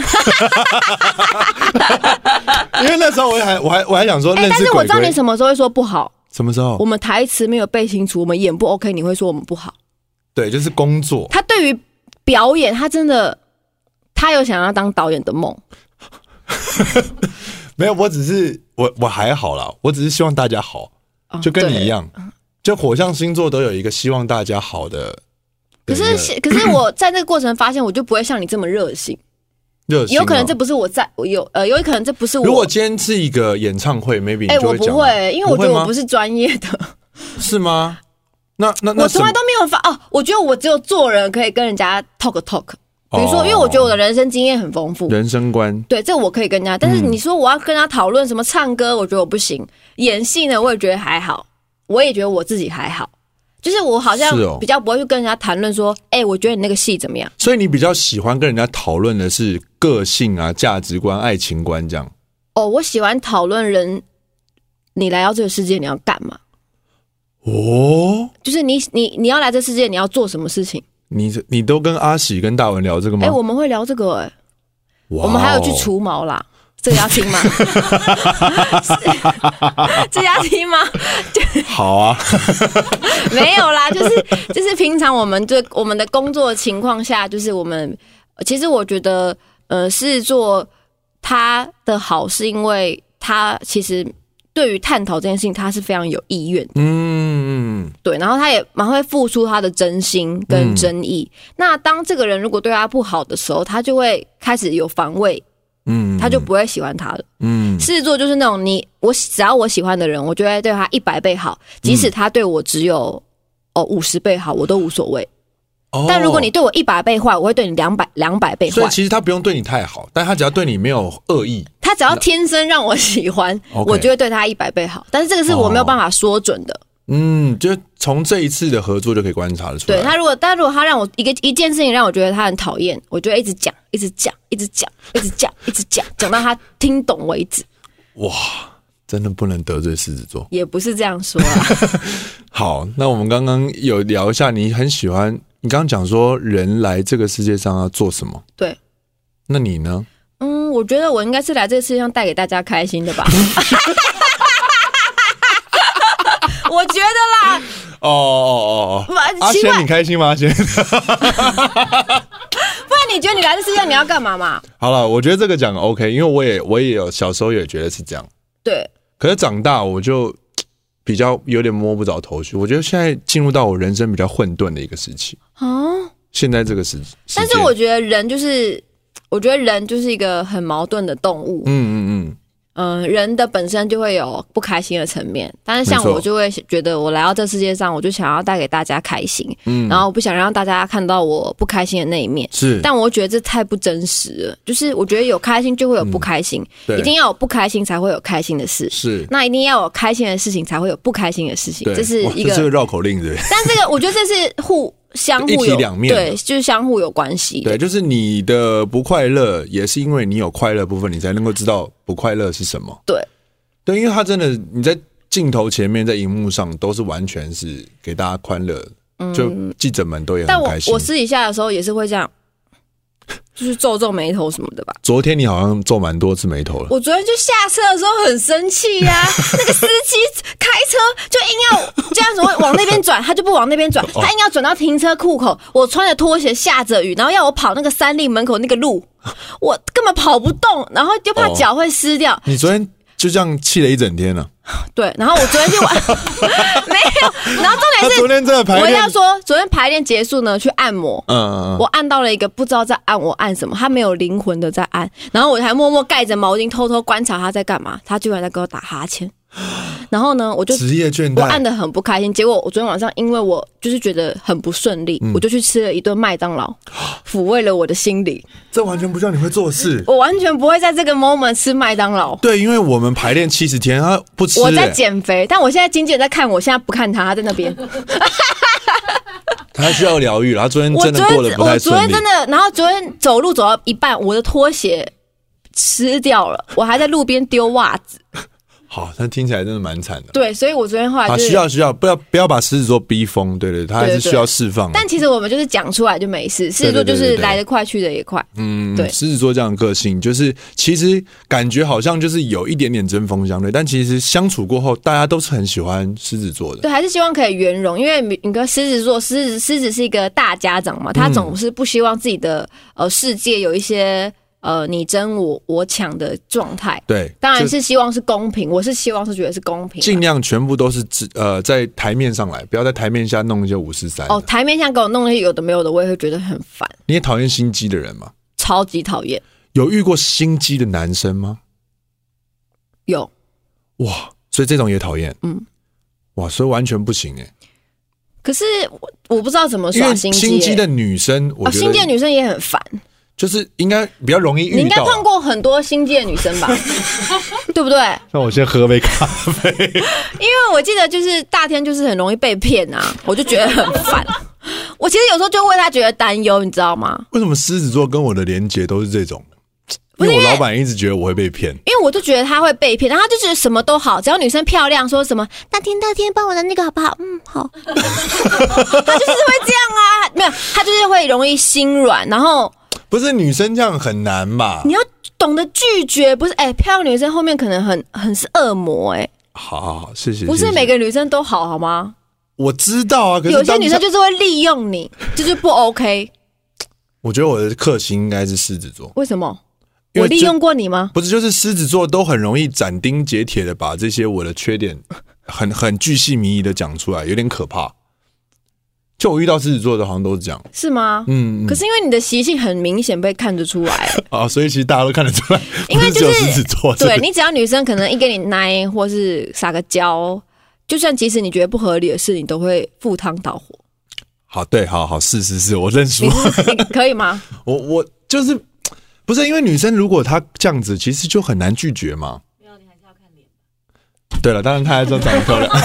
[SPEAKER 1] 因为那时候我还我还我还想说
[SPEAKER 2] 哎，
[SPEAKER 1] 认
[SPEAKER 2] 但
[SPEAKER 1] 识
[SPEAKER 2] 是我
[SPEAKER 1] 鬼
[SPEAKER 2] 知道你
[SPEAKER 1] 鬼
[SPEAKER 2] 什么时候会说不好，
[SPEAKER 1] 什么时候
[SPEAKER 2] 我？们台词没有背清楚，我们演不 OK，你会说我们不好。
[SPEAKER 1] 对，就是工作，
[SPEAKER 2] 他对于表演，他真的，他有想要当导演的梦。
[SPEAKER 1] 没有，我只是我我还好啦，我只是希望大家好，
[SPEAKER 2] 哦
[SPEAKER 1] 就跟你一。
[SPEAKER 2] 对
[SPEAKER 1] 样，就火象星座都有一个希望大家好的。的
[SPEAKER 2] 可
[SPEAKER 1] 一个
[SPEAKER 2] 是，可是我在这个过程发现，我就不会像你这么热心。
[SPEAKER 1] 热心哦
[SPEAKER 2] 有可能这不是我在，我有呃，有可能这不是我。
[SPEAKER 1] 如果今天是一个演唱会，maybe
[SPEAKER 2] 哎、
[SPEAKER 1] 你就
[SPEAKER 2] 我
[SPEAKER 1] 会
[SPEAKER 2] 不
[SPEAKER 1] 讲
[SPEAKER 2] 会，因为我觉得我
[SPEAKER 1] 吗
[SPEAKER 2] 不是专业的，
[SPEAKER 1] 是吗？那 那那
[SPEAKER 2] 我从
[SPEAKER 1] 什
[SPEAKER 2] 来
[SPEAKER 1] 么
[SPEAKER 2] 都没有发哦。我觉得我只有做人可以跟人家 talk talk。比如说，
[SPEAKER 1] 哦
[SPEAKER 2] 因为我觉得我的人生经验很丰富，
[SPEAKER 1] 人生观
[SPEAKER 2] 对，这我可以跟人家。但是
[SPEAKER 1] 嗯
[SPEAKER 2] 你说我要跟他讨论什么唱歌，我觉得我不行。演戏呢，我也觉得还好，我也觉得我自己还好。就是我好像
[SPEAKER 1] 是哦
[SPEAKER 2] 比较不会去跟人家谈论说，哎、我觉得你那个戏怎么样？
[SPEAKER 1] 所以你比较喜欢跟人家讨论的是个性啊、价值观、爱情观这样。
[SPEAKER 2] 哦，我喜欢讨论人，你来到这个世界你要干嘛？
[SPEAKER 1] 哦，
[SPEAKER 2] 就是你你你要来这世界你要做什么事情？
[SPEAKER 1] 你你都跟阿喜跟大文聊这个吗？
[SPEAKER 2] 哎、我们会聊这个、哎，
[SPEAKER 1] 哇哦
[SPEAKER 2] 我们还有去除毛啦。这个要听吗？ 是这个要听吗？
[SPEAKER 1] 好啊，
[SPEAKER 2] 没有啦，就是就是平常我们对我们的工作情况下，就是我们其实我觉得，呃，狮子座他的好是因为他其实对于探讨这件事情他是非常有意愿的，
[SPEAKER 1] 嗯，
[SPEAKER 2] 对，然后他也蛮会付出他的真心跟真意。那当这个人如果对他不好的时候，他就会开始有防卫，
[SPEAKER 1] 嗯，
[SPEAKER 2] 他就不会喜欢他了。
[SPEAKER 1] 嗯
[SPEAKER 2] 狮子座就是那种你我只要我喜欢的人，我就会对他一百倍好，即
[SPEAKER 1] 嗯
[SPEAKER 2] 使他对我只有、哦五十倍好，我都无所谓。
[SPEAKER 1] 哦
[SPEAKER 2] 但如果你对我一百倍坏，我会对你两百两百倍
[SPEAKER 1] 所
[SPEAKER 2] 坏
[SPEAKER 1] 以。其实他不用对你太好，但他只要对你没有恶意，
[SPEAKER 2] 他只要天生让我喜欢，
[SPEAKER 1] OK
[SPEAKER 2] 我就会对他一百倍好。但是这个是我没有办法说准的。
[SPEAKER 1] 嗯，就从这一次的合作就可以观察得出来。
[SPEAKER 2] 对他如果，但如果他让我一个一件事情让我觉得他很讨厌，我就会一直讲，一直讲，一直讲，一直讲，一直讲，讲到他听懂为止。
[SPEAKER 1] 哇，真的不能得罪狮子座。
[SPEAKER 2] 也不是这样说啊啦，
[SPEAKER 1] 好，那我们刚刚有聊一下，你很喜欢，你刚刚讲说人来这个世界上要做什么？
[SPEAKER 2] 对。
[SPEAKER 1] 那你呢？
[SPEAKER 2] 嗯，我觉得我应该是来这个世界上带给大家开心的吧。我觉得啦，
[SPEAKER 1] 哦哦哦
[SPEAKER 2] 不
[SPEAKER 1] 阿
[SPEAKER 2] 奇怪
[SPEAKER 1] 仙，你开心吗？阿仙，
[SPEAKER 2] 不然你觉得你来这世界上你要干嘛嘛？
[SPEAKER 1] 好了，我觉得这个讲 OK，因为我也我也有小时候也觉得是这样，
[SPEAKER 2] 对，
[SPEAKER 1] 可是长大我就比较有点摸不着头绪。我觉得现在进入到我人生比较混沌的一个时期，
[SPEAKER 2] 哦，
[SPEAKER 1] 现在这个时，
[SPEAKER 2] 但
[SPEAKER 1] 啊时
[SPEAKER 2] 是
[SPEAKER 1] 间
[SPEAKER 2] 我觉得人就是，我觉得人就是一个很矛盾的动物。
[SPEAKER 1] 嗯嗯
[SPEAKER 2] 嗯、人的本身就会有不开心的层面，但是像
[SPEAKER 1] 没错
[SPEAKER 2] 我就会觉得，我来到这世界上，我就想要带给大家开心，
[SPEAKER 1] 嗯
[SPEAKER 2] 然后我不想让大家看到我不开心的那一面
[SPEAKER 1] 嗯，。是，
[SPEAKER 2] 但我觉得这太不真实了，就是我觉得有开心就会有不开心，
[SPEAKER 1] 嗯对
[SPEAKER 2] 一定要有不开心才会有开心的事，
[SPEAKER 1] 是
[SPEAKER 2] 那一定要有开心的事情才会有不开心的事情，
[SPEAKER 1] 对，
[SPEAKER 2] 这是
[SPEAKER 1] 哇
[SPEAKER 2] 一个
[SPEAKER 1] 这是个绕口令，对
[SPEAKER 2] 但这个我觉得这是互相
[SPEAKER 1] 一
[SPEAKER 2] 互
[SPEAKER 1] 体
[SPEAKER 2] 有
[SPEAKER 1] 两面
[SPEAKER 2] 对，就是相互有关系。
[SPEAKER 1] 对，就是你的不快乐，也是因为你有快乐部分，你才能够知道不快乐是什么。
[SPEAKER 2] 对，
[SPEAKER 1] 对，因为他真的你在镜头前面，在荧幕上都是完全是给大家快乐，就记者们都也
[SPEAKER 2] 嗯但
[SPEAKER 1] 很
[SPEAKER 2] 我
[SPEAKER 1] 开心
[SPEAKER 2] 我。私底下的时候也是会这样，就是皱皱眉头什么的吧。
[SPEAKER 1] 昨天你好像皱蛮多次眉头了，
[SPEAKER 2] 我昨天就下车的时候很生气 呀、那个司机开车就硬要这样子往往那边转，他就不往那边转，
[SPEAKER 1] 哦
[SPEAKER 2] 他硬要转到停车库口。我穿着拖鞋，下着雨，然后要我跑那个三立门口那个 路，我根本跑不动，然后就怕
[SPEAKER 1] 哦
[SPEAKER 2] 脚会湿掉。
[SPEAKER 1] 你昨天就这样气了一整天了、啊
[SPEAKER 2] 对，然后我昨天去玩， 没有，然后重
[SPEAKER 1] 他
[SPEAKER 2] 点是
[SPEAKER 1] 啊昨天真的排
[SPEAKER 2] 哎我
[SPEAKER 1] 练
[SPEAKER 2] 要，说，昨天排练结束呢，去按摩。
[SPEAKER 1] 嗯嗯
[SPEAKER 2] 我按到了一个不知道在按我按什么，他没有灵魂的在按，然后我还默默盖着毛巾偷偷观察他在干嘛，他居然在给我打哈 欠，然后呢，我
[SPEAKER 1] 嗯，
[SPEAKER 2] 就
[SPEAKER 1] 职业倦
[SPEAKER 2] 我按
[SPEAKER 1] 怠，
[SPEAKER 2] 的很不开心，结果我昨天晚上因为我就是觉得很不顺利，
[SPEAKER 1] 嗯
[SPEAKER 2] 我就去吃了一顿麦当劳， 抚慰了我的心理。
[SPEAKER 1] 这完全不像你会做事。
[SPEAKER 2] 我完全不会在这个 moment 吃麦当劳，
[SPEAKER 1] 对，因为我们排练七十天，他不吃、
[SPEAKER 2] 我在
[SPEAKER 1] 欸，
[SPEAKER 2] 减肥，但我现在经纪人在看我，现在不看他，他在那边。
[SPEAKER 1] 他需要疗愈了。他昨天
[SPEAKER 2] 我
[SPEAKER 1] 真
[SPEAKER 2] 昨
[SPEAKER 1] 的
[SPEAKER 2] 天
[SPEAKER 1] 过得不太
[SPEAKER 2] 我昨
[SPEAKER 1] 顺
[SPEAKER 2] 天
[SPEAKER 1] 利
[SPEAKER 2] 真。的，然后昨天走路走到一半，我的拖鞋湿掉了，我还在路边丢袜子。
[SPEAKER 1] 好，他听起来真的蛮惨的。
[SPEAKER 2] 对，所以我昨天后来
[SPEAKER 1] 啊，
[SPEAKER 2] 就是。
[SPEAKER 1] 需要需要，不要不要把狮子座逼疯，对对，他还是
[SPEAKER 2] 对对
[SPEAKER 1] 需要释放的。
[SPEAKER 2] 但其实我们就是讲出来就没事，狮子座
[SPEAKER 1] 对对
[SPEAKER 2] 就
[SPEAKER 1] 对
[SPEAKER 2] 是
[SPEAKER 1] 对对
[SPEAKER 2] 来得快去得也快。
[SPEAKER 1] 嗯，
[SPEAKER 2] 对
[SPEAKER 1] 狮子座这样的个性，就是其实感觉好像就是有一点点针锋相对，但其实相处过后，大家都是很喜欢狮子座的。
[SPEAKER 2] 对，还是希望可以圆融，因为你你跟狮子座，狮子狮子是一个大家长嘛，他
[SPEAKER 1] 嗯
[SPEAKER 2] 总是不希望自己的呃世界有一些呃你争我我抢的状态。
[SPEAKER 1] 对，
[SPEAKER 2] 当然
[SPEAKER 1] 就是
[SPEAKER 2] 希望是公平，我是希望是觉得是公平啊。
[SPEAKER 1] 尽量全部都是只呃在台面上来，不要在台面下弄一些五四三。
[SPEAKER 2] 哦，台面上给我弄那些有的没有的，我也会觉得很烦，
[SPEAKER 1] 你也讨厌心机的人吗？
[SPEAKER 2] 超级讨厌。
[SPEAKER 1] 有遇过心机的男生吗？
[SPEAKER 2] 有，
[SPEAKER 1] 哇，所以这种也讨厌。
[SPEAKER 2] 嗯，
[SPEAKER 1] 哇，所以完全不行哎、
[SPEAKER 2] 可是我我不知道怎么
[SPEAKER 1] 因
[SPEAKER 2] 耍
[SPEAKER 1] 为
[SPEAKER 2] 心
[SPEAKER 1] 心
[SPEAKER 2] 欸
[SPEAKER 1] 机的女生，我
[SPEAKER 2] 哦，
[SPEAKER 1] 觉
[SPEAKER 2] 心机的
[SPEAKER 1] 得
[SPEAKER 2] 女生也很烦。
[SPEAKER 1] 就是应该比较容易
[SPEAKER 2] 你
[SPEAKER 1] 遇
[SPEAKER 2] 应该
[SPEAKER 1] 到啊。
[SPEAKER 2] 碰过很多心机的女生吧？ 对不对？
[SPEAKER 1] 那我先喝杯咖啡。
[SPEAKER 2] 因为我记得就是大天就是很容易被骗啊，我就觉得很烦。我其实有时候就为他觉得担忧，你知道吗？
[SPEAKER 1] 为什么狮子座跟我的连结都是这种？
[SPEAKER 2] 不
[SPEAKER 1] 因
[SPEAKER 2] 是
[SPEAKER 1] 为我老板一直觉得我会被骗。
[SPEAKER 2] 因为我就觉得他会被骗，然后他就觉得什么都好，只要女生漂亮，说什么大天大天帮我拿那个好不好？嗯，好。 他就是会这样啊，没有，他就是会容易心软，然后
[SPEAKER 1] 不是女生这样很难吧
[SPEAKER 2] 你？要懂得拒绝，不是？哎、漂亮女生后面可能很很是恶魔、哎，
[SPEAKER 1] 好好好，谢谢。
[SPEAKER 2] 不
[SPEAKER 1] 谢
[SPEAKER 2] 是
[SPEAKER 1] 谢
[SPEAKER 2] 每个女生都好，好吗？
[SPEAKER 1] 我知道啊，可是
[SPEAKER 2] 有些
[SPEAKER 1] 当
[SPEAKER 2] 女
[SPEAKER 1] 下
[SPEAKER 2] 生就是会利用你，就是不 OK，
[SPEAKER 1] 我觉得我的克星应该是狮子座，
[SPEAKER 2] 为什么？
[SPEAKER 1] 因
[SPEAKER 2] 我
[SPEAKER 1] 为就
[SPEAKER 2] 利用过你吗？
[SPEAKER 1] 不是就是狮子座都很容易斩钉截铁的把这些我的缺点很 很巨细靡遗的讲出来，有点可怕。就我遇到狮子座的，好像都是这样。
[SPEAKER 2] 是吗？
[SPEAKER 1] 嗯，嗯
[SPEAKER 2] 可是因为你的习性很明显被看得 出来，
[SPEAKER 1] 啊，所以其实大家都看得出来，
[SPEAKER 2] 因为
[SPEAKER 1] 不
[SPEAKER 2] 就是
[SPEAKER 1] 只有狮子座，
[SPEAKER 2] 对
[SPEAKER 1] 是
[SPEAKER 2] 你只要女生可能一给你奶或是撒个娇，就算即使你觉得不合理的事，你都会赴汤蹈 火。
[SPEAKER 1] 好对，好好是是是，我认输
[SPEAKER 2] 你。是你可 以吗？
[SPEAKER 1] 我我就是不是因为女生如果她这样子，其实就很难拒绝嘛。
[SPEAKER 3] 没有，你还是要看脸。
[SPEAKER 1] 对了，当然她还是要长得漂亮，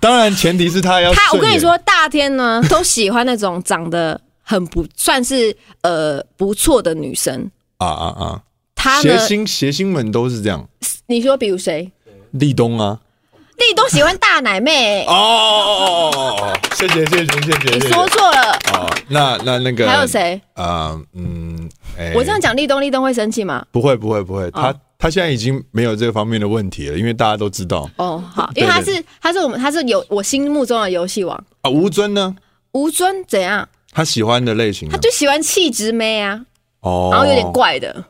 [SPEAKER 1] 当然前提是她要
[SPEAKER 2] 他，我
[SPEAKER 1] 顺
[SPEAKER 2] 跟你
[SPEAKER 1] 眼
[SPEAKER 2] 说，大天呢都喜欢那种长得很不算是呃不错的女生。
[SPEAKER 1] 啊啊
[SPEAKER 2] 他
[SPEAKER 1] 啊，谐
[SPEAKER 2] 呢，
[SPEAKER 1] 星谐星们都是这样，
[SPEAKER 2] 你说比如谁？
[SPEAKER 1] 立冬啊，
[SPEAKER 2] 立冬喜欢大奶妹，
[SPEAKER 1] 哦哦哦哦哦哦，谢谢谢谢谢谢，
[SPEAKER 2] 你
[SPEAKER 1] 谢谢
[SPEAKER 2] 说错了。
[SPEAKER 1] 哦，那那那个
[SPEAKER 2] 还有？谁？
[SPEAKER 1] 啊嗯，哎
[SPEAKER 2] 我这样讲啊立冬，立冬会生气吗？
[SPEAKER 1] 不会不会不会，她她现在已经没有这方面的问题了，因为大家都知道
[SPEAKER 2] 哦，好，因为他是他是我们他是有我心目中的游戏王。
[SPEAKER 1] 啊。吴尊呢，
[SPEAKER 2] 吴尊怎样？
[SPEAKER 1] 她喜欢的类型呢
[SPEAKER 2] 他就喜欢气质妹啊，
[SPEAKER 1] 哦，
[SPEAKER 2] 然后有点怪的。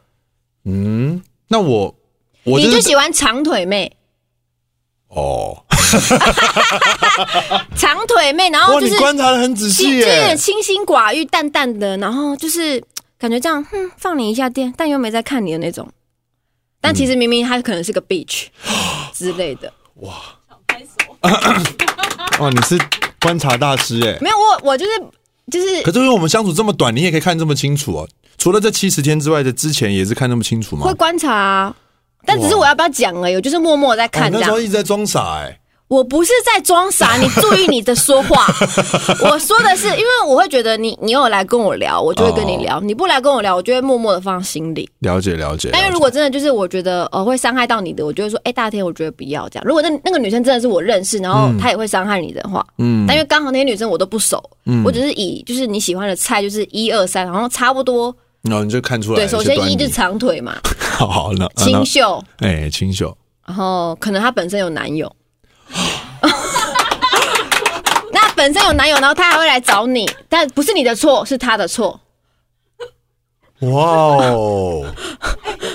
[SPEAKER 1] 嗯，那我我
[SPEAKER 2] 你就是喜欢长腿妹，
[SPEAKER 1] 哦，
[SPEAKER 2] 长腿妹，然后
[SPEAKER 1] 哇，
[SPEAKER 2] 就
[SPEAKER 1] 你
[SPEAKER 2] 是
[SPEAKER 1] 观察的很仔
[SPEAKER 2] 就
[SPEAKER 1] 细
[SPEAKER 2] 有
[SPEAKER 1] 耶
[SPEAKER 2] 点。清心寡欲、淡淡的，然后就是感觉这样，哼，放你一下电，但又没在看你的那种。
[SPEAKER 1] 嗯
[SPEAKER 2] 但其实明明他可能是个 bitch 之类的，
[SPEAKER 3] 拍手。
[SPEAKER 1] 哇，哦你是观察大师哎。
[SPEAKER 2] 没有我我就是就是
[SPEAKER 1] 可是因为我们相处这么短，你也可以看这么清楚哦。除了这七十天之外的之前，也是看那么清楚吗？
[SPEAKER 2] 会观察、啊，但只是我要不要讲而已，我就是默默在
[SPEAKER 1] 哦
[SPEAKER 2] 看这
[SPEAKER 1] 那时
[SPEAKER 2] 样
[SPEAKER 1] 候。一直在装傻哎。
[SPEAKER 2] 我不是在装 傻，你注意你的说 话。我说的是，因为我会觉得你你有来跟我聊，我就会跟你聊；你不来跟我聊，我就会默默的放心里。
[SPEAKER 1] 了解了解。
[SPEAKER 2] 但因为
[SPEAKER 1] 了解
[SPEAKER 2] 如果真的就是我觉得呃会伤害到你的，我就会说，哎、大天，我觉得不要这样。如果那那个女生真的是我认识，然后她也会伤害你的话，嗯，但因为刚好那些女生我都不熟，我只是以就是你喜欢的菜就是一二三，然后差不多。
[SPEAKER 1] 然后你就看出来
[SPEAKER 2] 对，
[SPEAKER 1] 是
[SPEAKER 2] 首先
[SPEAKER 1] 端
[SPEAKER 2] 一就是
[SPEAKER 1] 倪
[SPEAKER 2] 长腿 嘛，
[SPEAKER 1] 好好那那
[SPEAKER 2] 清秀，
[SPEAKER 1] 哎清秀，
[SPEAKER 2] 然后可能她本身有男友， 那本身有男友，然后她还会来找你，但不是你的错，是她的错。
[SPEAKER 1] 哇哦哦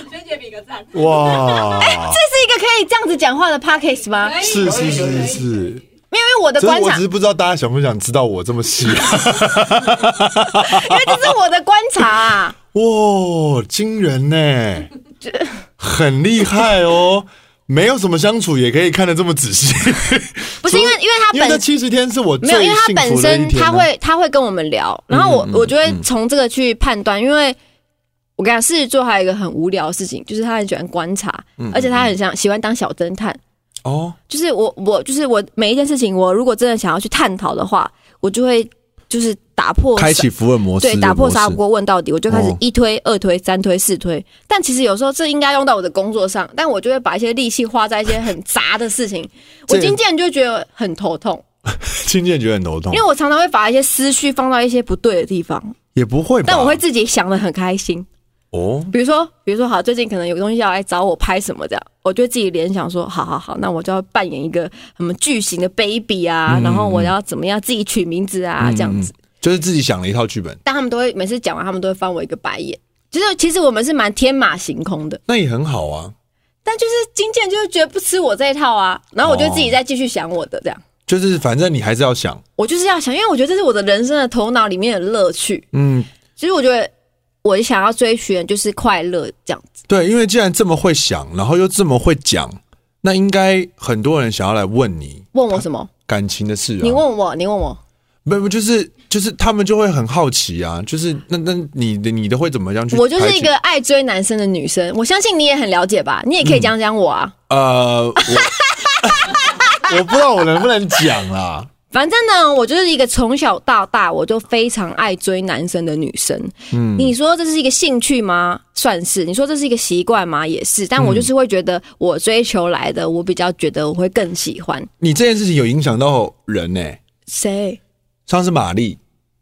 [SPEAKER 3] 萱姐比个赞。
[SPEAKER 1] 哇，
[SPEAKER 2] 哎这是一个可以以这样子讲话的 pockets 吗？
[SPEAKER 3] 可以
[SPEAKER 1] 是是是是，
[SPEAKER 2] 没有，因为我的
[SPEAKER 1] 只是
[SPEAKER 2] 观
[SPEAKER 1] 我
[SPEAKER 2] 察
[SPEAKER 1] 只是，不知道大家想不想知道我这么细。
[SPEAKER 2] 因为这是我的观察、 啊。
[SPEAKER 1] 哇，惊人呢、 很厉害哦。没有什么相处也可以看得这么仔细，
[SPEAKER 2] 不是因为，因为他
[SPEAKER 1] 因为这
[SPEAKER 2] 本
[SPEAKER 1] 七十天是我最
[SPEAKER 2] 没有，因为他
[SPEAKER 1] 幸
[SPEAKER 2] 本
[SPEAKER 1] 福的一
[SPEAKER 2] 身
[SPEAKER 1] 天啊、
[SPEAKER 2] 他会他会跟我们聊，然后我、
[SPEAKER 1] 嗯嗯
[SPEAKER 2] 我就会从这个去判断，因为我跟你讲，狮子座还有一个很无聊的事情，就是他很喜欢观察，
[SPEAKER 1] 嗯
[SPEAKER 2] 而且他很想喜欢当小侦探。
[SPEAKER 1] 哦，
[SPEAKER 2] 就是我我就是我每一件事情，我如果真的想要去探讨的话，我就会就是打破
[SPEAKER 1] 开启福尔摩斯的模
[SPEAKER 2] 对
[SPEAKER 1] 式，
[SPEAKER 2] 打破砂锅问到底，我就开始
[SPEAKER 1] 哦
[SPEAKER 2] 一推、二推、三推、四推。但其实有时候这应该用到我的工作上，但我就会把一些力气花在一些很杂的事情。我
[SPEAKER 1] 这
[SPEAKER 2] 经纪人就觉得很头痛，
[SPEAKER 1] 听见觉得很头痛
[SPEAKER 2] 因为，我常常会把一些思绪放到一些不对的地方，
[SPEAKER 1] 也不会吧？
[SPEAKER 2] 但我会自己想的很开心。
[SPEAKER 1] 哦，
[SPEAKER 2] 比如说，比如说，好，最近可能有个东西要来找我拍什么这样，我就自己联想说，好好好，那我就要扮演一个什么巨型的 baby 啊，然后我要怎么样自己取名字啊，这样子。
[SPEAKER 1] 就是自己想了一套剧本，
[SPEAKER 2] 但他们都会每次讲完，他们都会翻我一个白眼。就是其实我们是蛮天马行空的，
[SPEAKER 1] 那也很好啊。
[SPEAKER 2] 但就是经纪人就是觉得不吃我这一套啊，然后我就自己再继续想我的这样。
[SPEAKER 1] 就是反正你还是要想，
[SPEAKER 2] 我就是要想，因为我觉得这是我的人生的头脑里面的乐趣。
[SPEAKER 1] 嗯，
[SPEAKER 2] 其实我觉得我想要追寻的就是快乐这样子。
[SPEAKER 1] 对，因为既然这么会想，然后又这么会讲，那应该很多人想要来问你
[SPEAKER 2] 问我什么？
[SPEAKER 1] 感情的事啊。
[SPEAKER 2] 你问我，你问我。
[SPEAKER 1] 不不就是就是他们就会很好奇啊，就是那那你的你的会怎么样去排解？
[SPEAKER 2] 我就是一个爱追男生的女生，我相信你也很了解吧？你也可以
[SPEAKER 1] 嗯
[SPEAKER 2] 讲讲我啊。
[SPEAKER 1] 呃，我我不知道我能不能讲啦。
[SPEAKER 2] 反正呢，我就是一个从小到大我就非常爱追男生的女生。嗯，你说这是一个兴趣吗？算是。你说这是一个习惯吗？也是。但
[SPEAKER 1] 嗯
[SPEAKER 2] 我就是会觉得我追求来的，我比较觉得我会更喜欢
[SPEAKER 1] 你这件事情有影响到人呢、
[SPEAKER 2] 谁？
[SPEAKER 1] 上次玛丽，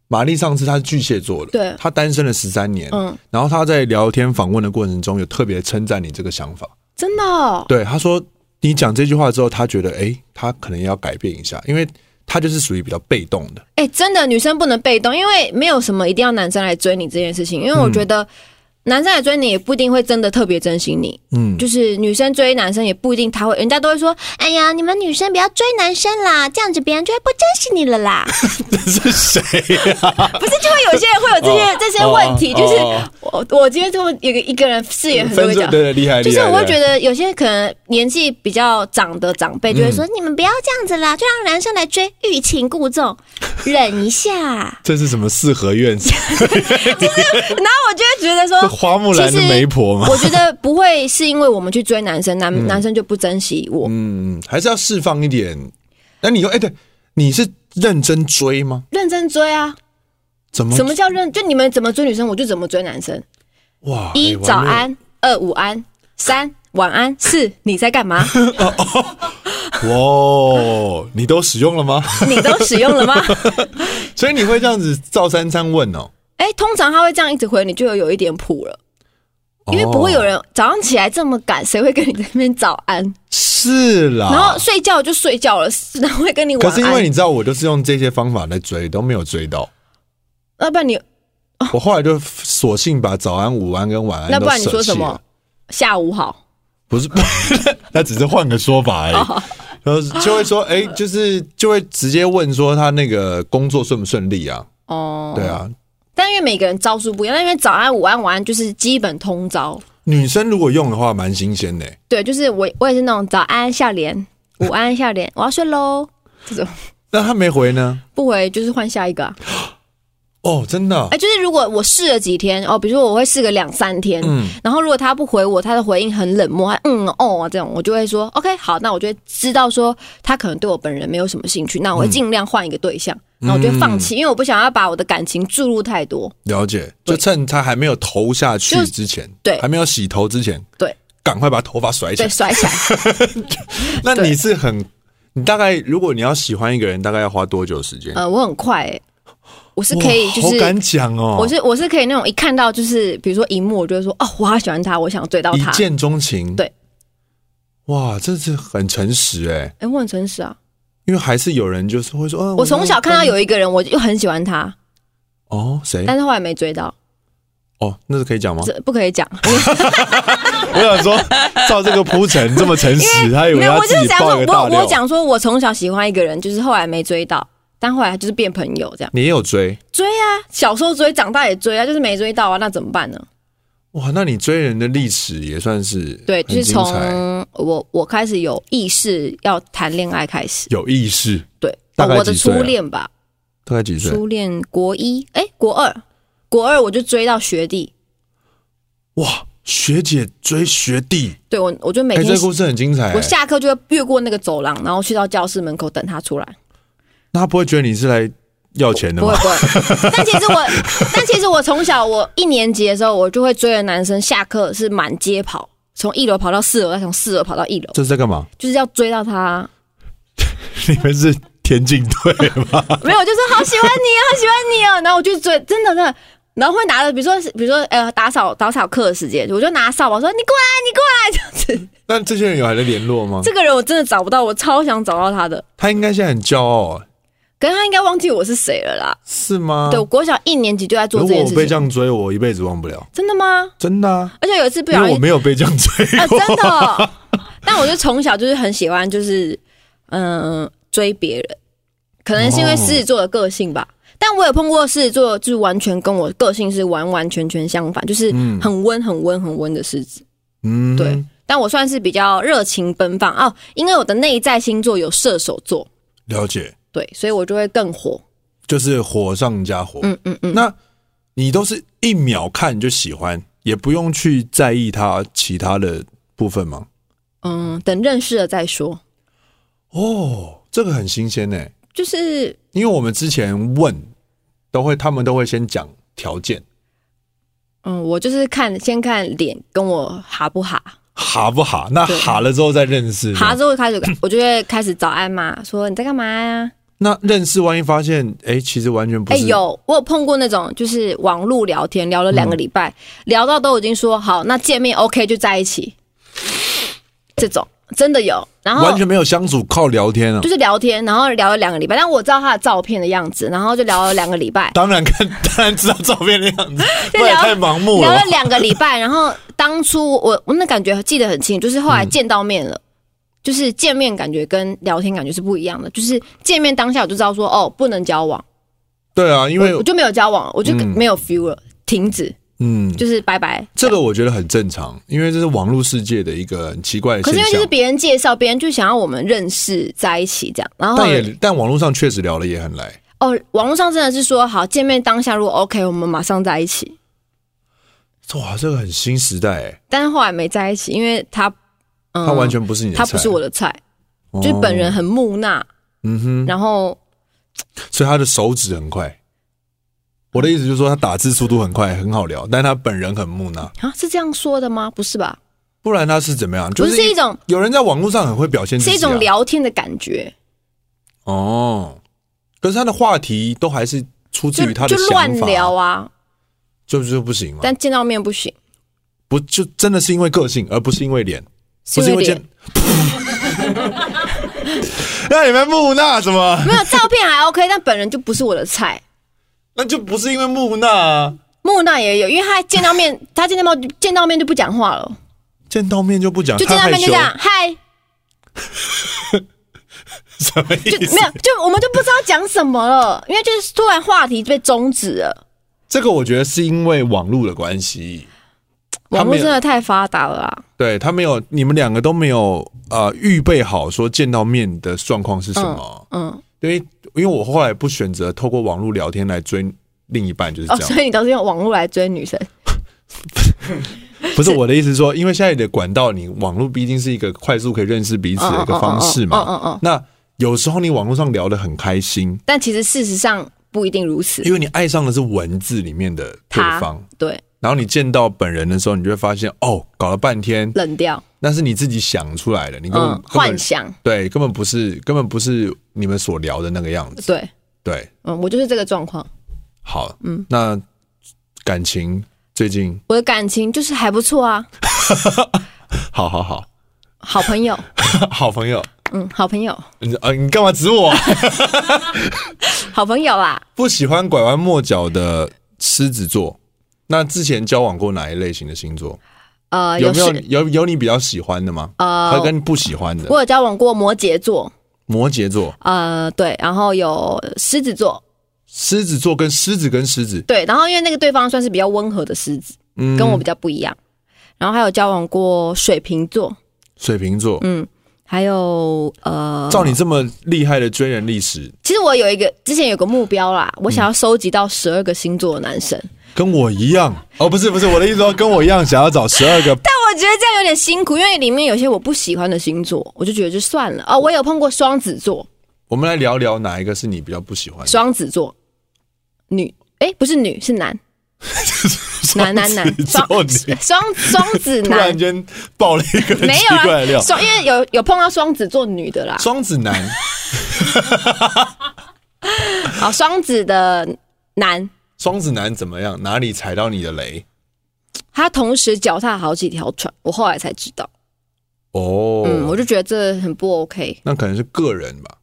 [SPEAKER 1] 玛丽上次她是巨蟹座的，
[SPEAKER 2] 对
[SPEAKER 1] 她单身了十三年，
[SPEAKER 2] 嗯
[SPEAKER 1] 然后她在聊天访问的过程中有特别称赞你这个想法，
[SPEAKER 2] 真的、哦？
[SPEAKER 1] 对，她说你讲这句话之后，她觉得诶，她可能也要改变一下，因为她就是属于比较被动的，
[SPEAKER 2] 哎、真的，女生不能被动，因为没有什么一定要男生来追你这件事情。因为
[SPEAKER 1] 嗯
[SPEAKER 2] 我觉得男生来追你也不一定会真的特别珍惜你，
[SPEAKER 1] 嗯，
[SPEAKER 2] 就是女生追男生也不一定他会，人家都会说：“哎呀，你们女生不要追男生啦，这样子别人就会不珍惜你了啦。
[SPEAKER 1] 这是谁呀、”
[SPEAKER 2] 不是，就会有些人会有这些、
[SPEAKER 1] 哦
[SPEAKER 2] 这些问题，
[SPEAKER 1] 哦
[SPEAKER 2] 就是
[SPEAKER 1] 哦
[SPEAKER 2] 我我今天这么有个一个人视野很多
[SPEAKER 1] 分寸。
[SPEAKER 2] 讲
[SPEAKER 1] 对对厉害，
[SPEAKER 2] 就是
[SPEAKER 1] 厉害
[SPEAKER 2] 我会觉。
[SPEAKER 1] 厉害
[SPEAKER 2] 得有些可能年纪比较长的长辈
[SPEAKER 1] 嗯
[SPEAKER 2] 就会说：“你们不要这样子啦，就让男生来追，欲擒故纵，忍一下。”
[SPEAKER 1] 这是什么四合院？
[SPEAKER 2] 然后我就会觉得说，
[SPEAKER 1] 花木兰的媒婆吗？
[SPEAKER 2] 我觉得不会是因为我们去追男生，男、男生就不珍惜我。
[SPEAKER 1] 嗯，还是要释放一点。那你又哎、对，你是认真追吗？
[SPEAKER 2] 认真追啊！
[SPEAKER 1] 怎么
[SPEAKER 2] 什么叫认？就你们怎么追女生，我就怎么追男生。
[SPEAKER 1] 哇？
[SPEAKER 2] 一
[SPEAKER 1] 哎
[SPEAKER 2] 早，安，二午安，三晚安，四你在 干嘛？
[SPEAKER 1] 完了哇！你都使用了 吗？
[SPEAKER 2] 你都使用了吗？
[SPEAKER 1] 所以你会这样子照三餐问哦？
[SPEAKER 2] 哎、通常他会这样一直回你，就有有一点谱了，因为不会有
[SPEAKER 1] 哦
[SPEAKER 2] 人早上起来这么赶，谁会跟你在那边早安？
[SPEAKER 1] 是啦。
[SPEAKER 2] 然后睡觉就睡觉了，然后会跟你晚
[SPEAKER 1] 啊可
[SPEAKER 2] 安。
[SPEAKER 1] 是因为你知道，我就是用这些方法来追，都没有追到。
[SPEAKER 2] 要不
[SPEAKER 1] 哎
[SPEAKER 2] 然你
[SPEAKER 1] 我后来就索性把早安、午安跟晚安
[SPEAKER 2] 哦那
[SPEAKER 1] 都
[SPEAKER 2] 不然你
[SPEAKER 1] 舍
[SPEAKER 2] 说
[SPEAKER 1] 弃
[SPEAKER 2] 什么
[SPEAKER 1] 了？？
[SPEAKER 2] 下午好，
[SPEAKER 1] 不是， 那只是换个说法而已。
[SPEAKER 2] 哦
[SPEAKER 1] 然后就会说，哎、就是就会直接问说他那个工作顺不顺利啊？
[SPEAKER 2] 哦，
[SPEAKER 1] 对啊，
[SPEAKER 2] 但因为每个人招数不一样，那因为早安、午安、晚安就是基本通招。
[SPEAKER 1] 女生如果用的话，蛮新鲜的、
[SPEAKER 2] 对，就是我我也是那种早安笑脸，午安笑脸，我要睡喽。这种
[SPEAKER 1] 那她没回呢？
[SPEAKER 2] 不回就是换下一个、啊。
[SPEAKER 1] 哦，真的啊、
[SPEAKER 2] 哎、就是如果我试了几天哦，比如说我会试个两三天，
[SPEAKER 1] 嗯
[SPEAKER 2] 然后如果他不回我，他的回应很冷漠，他嗯哦这种，我就会说 OK 好，那我就会知道说他可能对我本人没有什么兴趣，
[SPEAKER 1] 嗯
[SPEAKER 2] 那我会尽量换一个对象，那、我就会放弃，因为我不想要把我的感情注入太多。
[SPEAKER 1] 了解。
[SPEAKER 2] 对
[SPEAKER 1] 就趁她还没有投下去
[SPEAKER 2] 就
[SPEAKER 1] 之前，
[SPEAKER 2] 对
[SPEAKER 1] 还没有洗头之前，
[SPEAKER 2] 对，
[SPEAKER 1] 赶快把头发甩起
[SPEAKER 2] 对，
[SPEAKER 1] 来。
[SPEAKER 2] 甩起来。
[SPEAKER 1] 那
[SPEAKER 2] 对
[SPEAKER 1] 你是很，你大概如果你要喜欢一个人，大概要花多久时间？
[SPEAKER 2] 呃，我很快、欸，我是可以
[SPEAKER 1] 哇
[SPEAKER 2] 就
[SPEAKER 1] 好
[SPEAKER 2] 是
[SPEAKER 1] 敢讲哦，
[SPEAKER 2] 我是我是可以那种一看到就是比如说荧幕，我就会说哦，我好喜欢他，我想追到
[SPEAKER 1] 一
[SPEAKER 2] 他。
[SPEAKER 1] 见钟情。
[SPEAKER 2] 对，
[SPEAKER 1] 哇，这是很诚实哎、
[SPEAKER 2] 哎、我很诚实啊，
[SPEAKER 1] 因为还是有人就是会说，啊、
[SPEAKER 2] 我从小看到有一个人，我就很喜欢他，
[SPEAKER 1] 哦谁
[SPEAKER 2] 但是后来没追到。
[SPEAKER 1] 哦，那是可以讲吗？
[SPEAKER 2] 这不可 以讲，
[SPEAKER 1] 我想 说，照这个铺陈这么诚实，他以为
[SPEAKER 2] 没有，
[SPEAKER 1] 他
[SPEAKER 2] 我
[SPEAKER 1] 哎自
[SPEAKER 2] 就是
[SPEAKER 1] 己
[SPEAKER 2] 想
[SPEAKER 1] 爆一
[SPEAKER 2] 说
[SPEAKER 1] 个，大
[SPEAKER 2] 我
[SPEAKER 1] 料
[SPEAKER 2] 我。讲说我从小喜欢一个人，就是后来没追到，但后来就是变朋友这样
[SPEAKER 1] 你也有追
[SPEAKER 2] 追啊，小时候追，长大也追啊，就是没追到啊，那怎么办呢？
[SPEAKER 1] 哇？那你追人的历史也算是
[SPEAKER 2] 对，就
[SPEAKER 1] 很
[SPEAKER 2] 是
[SPEAKER 1] 精彩
[SPEAKER 2] 从我我开始有意识要谈恋爱开始，
[SPEAKER 1] 有意识，
[SPEAKER 2] 对，
[SPEAKER 1] 大概
[SPEAKER 2] 我的
[SPEAKER 1] 几岁啊
[SPEAKER 2] 初恋吧，
[SPEAKER 1] 大概几岁？
[SPEAKER 2] 初恋国一，哎、国二，国二我就追到学弟，
[SPEAKER 1] 哇，学姐追学弟，
[SPEAKER 2] 对我我就每
[SPEAKER 1] 哎、
[SPEAKER 2] 天、
[SPEAKER 1] 这故事很精彩、
[SPEAKER 2] 我
[SPEAKER 1] 欸。
[SPEAKER 2] 下课就会越过那个走廊，然后去到教室门口等他出来。
[SPEAKER 1] 那他不会觉得你是来要钱的
[SPEAKER 2] 不
[SPEAKER 1] 吗
[SPEAKER 2] 会？不会，但其实我，但其实我从小我一年级的时候，我就会追的男生，下课是满街跑，从一楼跑到四楼，再从四楼跑到一楼，
[SPEAKER 1] 这是在啊干嘛？
[SPEAKER 2] 就是要追到他。
[SPEAKER 1] 你们是田径队吗？
[SPEAKER 2] 没有，我就说好喜欢你哦，好喜欢你哦，然后我就追，真的真的。然后会拿着，比如说，比如说，呃，打扫打扫课的时间，我就拿扫把说：“你过来，你过来。”这样子，
[SPEAKER 1] 那这些人有还在联络吗？
[SPEAKER 2] 这个人我真的找不到，我超想找到他的，
[SPEAKER 1] 他应该现在很骄傲、欸，
[SPEAKER 2] 可是他应该忘记我是谁了啦。
[SPEAKER 1] 是吗？
[SPEAKER 2] 对，我国小一年级就在做
[SPEAKER 1] 如
[SPEAKER 2] 这
[SPEAKER 1] 果
[SPEAKER 2] 件
[SPEAKER 1] 我
[SPEAKER 2] 事
[SPEAKER 1] 被这
[SPEAKER 2] 情，
[SPEAKER 1] 样追，我一辈子忘不了，
[SPEAKER 2] 真的吗？
[SPEAKER 1] 真的、啊，
[SPEAKER 2] 而且有一次不
[SPEAKER 1] 因
[SPEAKER 2] 小
[SPEAKER 1] 为
[SPEAKER 2] 心
[SPEAKER 1] 我，没有被这样 追
[SPEAKER 2] 啊，
[SPEAKER 1] 过。
[SPEAKER 2] 真的 哦、但我就从小就是很喜欢，就是嗯、追别人，可能是
[SPEAKER 1] 哦
[SPEAKER 2] 因为狮子座的个性吧。但我有碰过狮子座，就是完全跟我个性是完完全全相反，就是
[SPEAKER 1] 嗯
[SPEAKER 2] 很温、很温、很温的狮子。
[SPEAKER 1] 嗯，
[SPEAKER 2] 对，但我算是比较热情奔放哦，因为我的内在星座有射手座，
[SPEAKER 1] 了解，
[SPEAKER 2] 对，所以我就会更火。
[SPEAKER 1] 就是火上加火。
[SPEAKER 2] 嗯嗯嗯，
[SPEAKER 1] 那你都是一秒看就喜欢，也不用去在意他其他的部分吗？
[SPEAKER 2] 嗯，等认识了再说。
[SPEAKER 1] 哦，这个很新鲜呢、
[SPEAKER 2] 就是
[SPEAKER 1] 因为我们之前问都会，他们都会先讲条件
[SPEAKER 2] 嗯，我就是看先看脸跟我哈不哈。
[SPEAKER 1] 哈不哈，那
[SPEAKER 2] 对
[SPEAKER 1] 哈了之后再认识。
[SPEAKER 2] 好之后开始， 我就会开始早安嘛，说你在干嘛呀、
[SPEAKER 1] 那认识万一发现，哎、其实完全不
[SPEAKER 2] 哎、
[SPEAKER 1] 是。
[SPEAKER 2] 有我有碰过那种，就是网络聊天聊了两个礼拜，
[SPEAKER 1] 嗯
[SPEAKER 2] 聊到都已经说好，那见面 OK 就在一起，这种真的有。然后
[SPEAKER 1] 完全没有相处，靠聊天啊
[SPEAKER 2] 就！是聊天，然后聊了两个礼拜，但我知道他的照片的样子，然后就聊了两个礼拜，
[SPEAKER 1] 当然看，当然知道照片的样子，
[SPEAKER 2] 就
[SPEAKER 1] 不然也
[SPEAKER 2] 聊
[SPEAKER 1] 太盲目
[SPEAKER 2] 聊
[SPEAKER 1] 了
[SPEAKER 2] 了
[SPEAKER 1] 吧。
[SPEAKER 2] 两个礼拜，然后当初我我那感觉记得很清，就是
[SPEAKER 1] 嗯
[SPEAKER 2] 后来见到面了。就是见面感觉跟聊天感觉是不一样的，就是见面当下我就知道说哦不能交往，
[SPEAKER 1] 对啊，因为
[SPEAKER 2] 我我就没有交往，我就
[SPEAKER 1] 嗯
[SPEAKER 2] 没有 feel 了，停止，
[SPEAKER 1] 嗯，
[SPEAKER 2] 就是拜拜。
[SPEAKER 1] 这个我觉得很正常，因为这是网络世界的一个很奇怪的
[SPEAKER 2] 可
[SPEAKER 1] 现
[SPEAKER 2] 是因为就是
[SPEAKER 1] 象。
[SPEAKER 2] 别人介绍，别人就想要我们认识在一起这样，然后
[SPEAKER 1] 但也但网络上确实聊的也很来，
[SPEAKER 2] 哦，网络上真的是说好见面当下如果 OK，我们马上在一起，
[SPEAKER 1] 哇，这个很新时代欸、
[SPEAKER 2] 但是后来没在一起，因为他，嗯
[SPEAKER 1] 他完全不是你的菜，
[SPEAKER 2] 他不是我的菜，
[SPEAKER 1] 哦，
[SPEAKER 2] 就是本人很木讷，
[SPEAKER 1] 嗯哼，
[SPEAKER 2] 然后
[SPEAKER 1] 所以他的手指很快。我的意思就是说，他打字速度很快，很好聊，但他本人很木讷，
[SPEAKER 2] 啊是这样说的吗？不是吧？
[SPEAKER 1] 不然他是怎么样？就
[SPEAKER 2] 不是一种
[SPEAKER 1] 有人在网络上很会表现自己、啊，
[SPEAKER 2] 是一种聊天的感觉，
[SPEAKER 1] 哦，可是他的话题都还是出自于
[SPEAKER 2] 就
[SPEAKER 1] 他的
[SPEAKER 2] 就
[SPEAKER 1] 想法，
[SPEAKER 2] 乱聊啊，
[SPEAKER 1] 就就不行嘛。
[SPEAKER 2] 但见到面不行，
[SPEAKER 1] 不就真的是因为个性，而不是因为脸，不
[SPEAKER 2] 因
[SPEAKER 1] 是因为
[SPEAKER 2] 脸
[SPEAKER 1] 见。那哎你们木讷什么？
[SPEAKER 2] 没有照片还 OK，但本人就不是我的菜。
[SPEAKER 1] 那就不是因为木讷啊，
[SPEAKER 2] 木讷也有，因为他见 到面，他见到面见到面就不讲话了，
[SPEAKER 1] 见到面就不讲，
[SPEAKER 2] 就见
[SPEAKER 1] 太
[SPEAKER 2] 到面
[SPEAKER 1] 啊害
[SPEAKER 2] 就
[SPEAKER 1] 羞
[SPEAKER 2] 这样，嗨，
[SPEAKER 1] 什么
[SPEAKER 2] 就
[SPEAKER 1] 意思
[SPEAKER 2] 没？有，就我们就不知道讲什么了，因为就是突然话题被终止了。
[SPEAKER 1] 这个我觉得是因为网络的关系，他
[SPEAKER 2] 网络
[SPEAKER 1] 没有
[SPEAKER 2] 真的太发达了啊！
[SPEAKER 1] 对他没有，你们两个都没有呃预备好说见到面的状况是什么，
[SPEAKER 2] 嗯，
[SPEAKER 1] 因为因为我后来不选择透过网络聊天来追另一半，就是
[SPEAKER 2] 哦，
[SPEAKER 1] 这样。
[SPEAKER 2] 所以你都是用网络来追女生，
[SPEAKER 1] 不是我的意思是说，因为现在的管道，你网络毕竟是一个快速可以认识彼此的一个方式
[SPEAKER 2] 嗯嗯嗯嗯嗯嗯
[SPEAKER 1] 嘛。那有时候你网络上聊得很开心，
[SPEAKER 2] 但其实事实上不一定如此。
[SPEAKER 1] 因为你爱上的是文字里面的对
[SPEAKER 2] 他
[SPEAKER 1] 方，
[SPEAKER 2] 对
[SPEAKER 1] 然后你见到本人的时候，你就会发现哦，搞了半天，
[SPEAKER 2] 冷掉，
[SPEAKER 1] 那是你自己想出来的，你根本
[SPEAKER 2] 嗯，
[SPEAKER 1] 根本
[SPEAKER 2] 幻想，
[SPEAKER 1] 对，根本不是根本不是你们所聊的那个样子。
[SPEAKER 2] 对，
[SPEAKER 1] 对，
[SPEAKER 2] 嗯，我就是这个状况。
[SPEAKER 1] 好，嗯，那感情最近
[SPEAKER 2] 我的感情就是还不错啊，
[SPEAKER 1] 好好好，
[SPEAKER 2] 好朋友，
[SPEAKER 1] 好朋友，
[SPEAKER 2] 嗯，好朋友，
[SPEAKER 1] 你啊，你干嘛指我啊？
[SPEAKER 2] 好朋友啦，啊
[SPEAKER 1] 不喜欢拐弯抹角的狮子座，那之前交往过哪一类型的星座？
[SPEAKER 2] 呃，
[SPEAKER 1] 有没有
[SPEAKER 2] 是
[SPEAKER 1] 有有你比较喜欢的吗？
[SPEAKER 2] 呃
[SPEAKER 1] 还跟不喜欢的
[SPEAKER 2] 我有交往过摩羯座，
[SPEAKER 1] 摩羯座、
[SPEAKER 2] 呃，对，然后有狮子座，
[SPEAKER 1] 狮子座跟狮子跟狮子，
[SPEAKER 2] 对，然后因为那个对方算是比较温和的狮子，
[SPEAKER 1] 嗯，
[SPEAKER 2] 跟我比较不一样。然后还有交往过水瓶座，
[SPEAKER 1] 水瓶座。
[SPEAKER 2] 嗯，还有呃，
[SPEAKER 1] 照你这么厉害的追人历史，
[SPEAKER 2] 其实我有一个之前有个目标啦，我想要收集到十二个星座的男生，
[SPEAKER 1] 嗯跟我一样哦，不是不是，我的意思说跟我一样，想要找十二 个
[SPEAKER 2] 但我觉得这样有点辛苦，因为里面有些我不喜欢的星座，我就觉得就算了。哦，我有碰过双子座，
[SPEAKER 1] 我们来聊聊哪一个是你比较不喜欢的？
[SPEAKER 2] 双子座女，哎、不是女，是男，男男男，双
[SPEAKER 1] 双子座你
[SPEAKER 2] 双双 子
[SPEAKER 1] 突
[SPEAKER 2] 男
[SPEAKER 1] 然，间爆了一个很
[SPEAKER 2] 没
[SPEAKER 1] 奇
[SPEAKER 2] 有
[SPEAKER 1] 怪的料
[SPEAKER 2] 啊，，双因为有有碰到双子座女的啦，
[SPEAKER 1] 双子男，
[SPEAKER 2] 好，哦双子的男，
[SPEAKER 1] 双子男怎么样？哪里踩到你的雷？
[SPEAKER 2] 他同时脚踏好几条船，我后来才知道，
[SPEAKER 1] 哦，
[SPEAKER 2] 嗯，我就觉得这很不 OK。
[SPEAKER 1] 那可能是个人吧。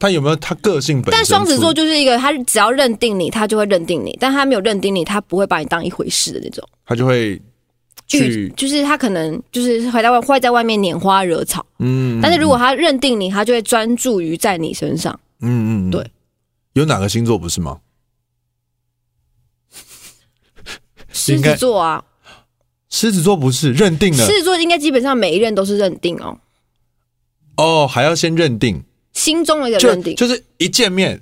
[SPEAKER 1] 他有没有他个性本身出？
[SPEAKER 2] 但双子座就是一个，他只要认定你，他就会认定你；但他没有认定你，他不会把你当一回事的那种。
[SPEAKER 1] 他就会
[SPEAKER 2] 去
[SPEAKER 1] 去
[SPEAKER 2] 就是他可能就是会在外会在外面拈花惹草，
[SPEAKER 1] 嗯
[SPEAKER 2] 但是如果他认定你，他就会专注于在你身上。
[SPEAKER 1] 嗯嗯嗯
[SPEAKER 2] 对。
[SPEAKER 1] 有哪个星座不是吗？
[SPEAKER 2] 狮
[SPEAKER 1] 应该嗯
[SPEAKER 2] 子座啊，
[SPEAKER 1] 狮子座不是认定
[SPEAKER 2] 狮
[SPEAKER 1] 了
[SPEAKER 2] 子座应该基本上每一任都是认定哦，
[SPEAKER 1] 哦，还要先认定，
[SPEAKER 2] 心中的一个
[SPEAKER 1] 就
[SPEAKER 2] 认定。
[SPEAKER 1] 就是一见面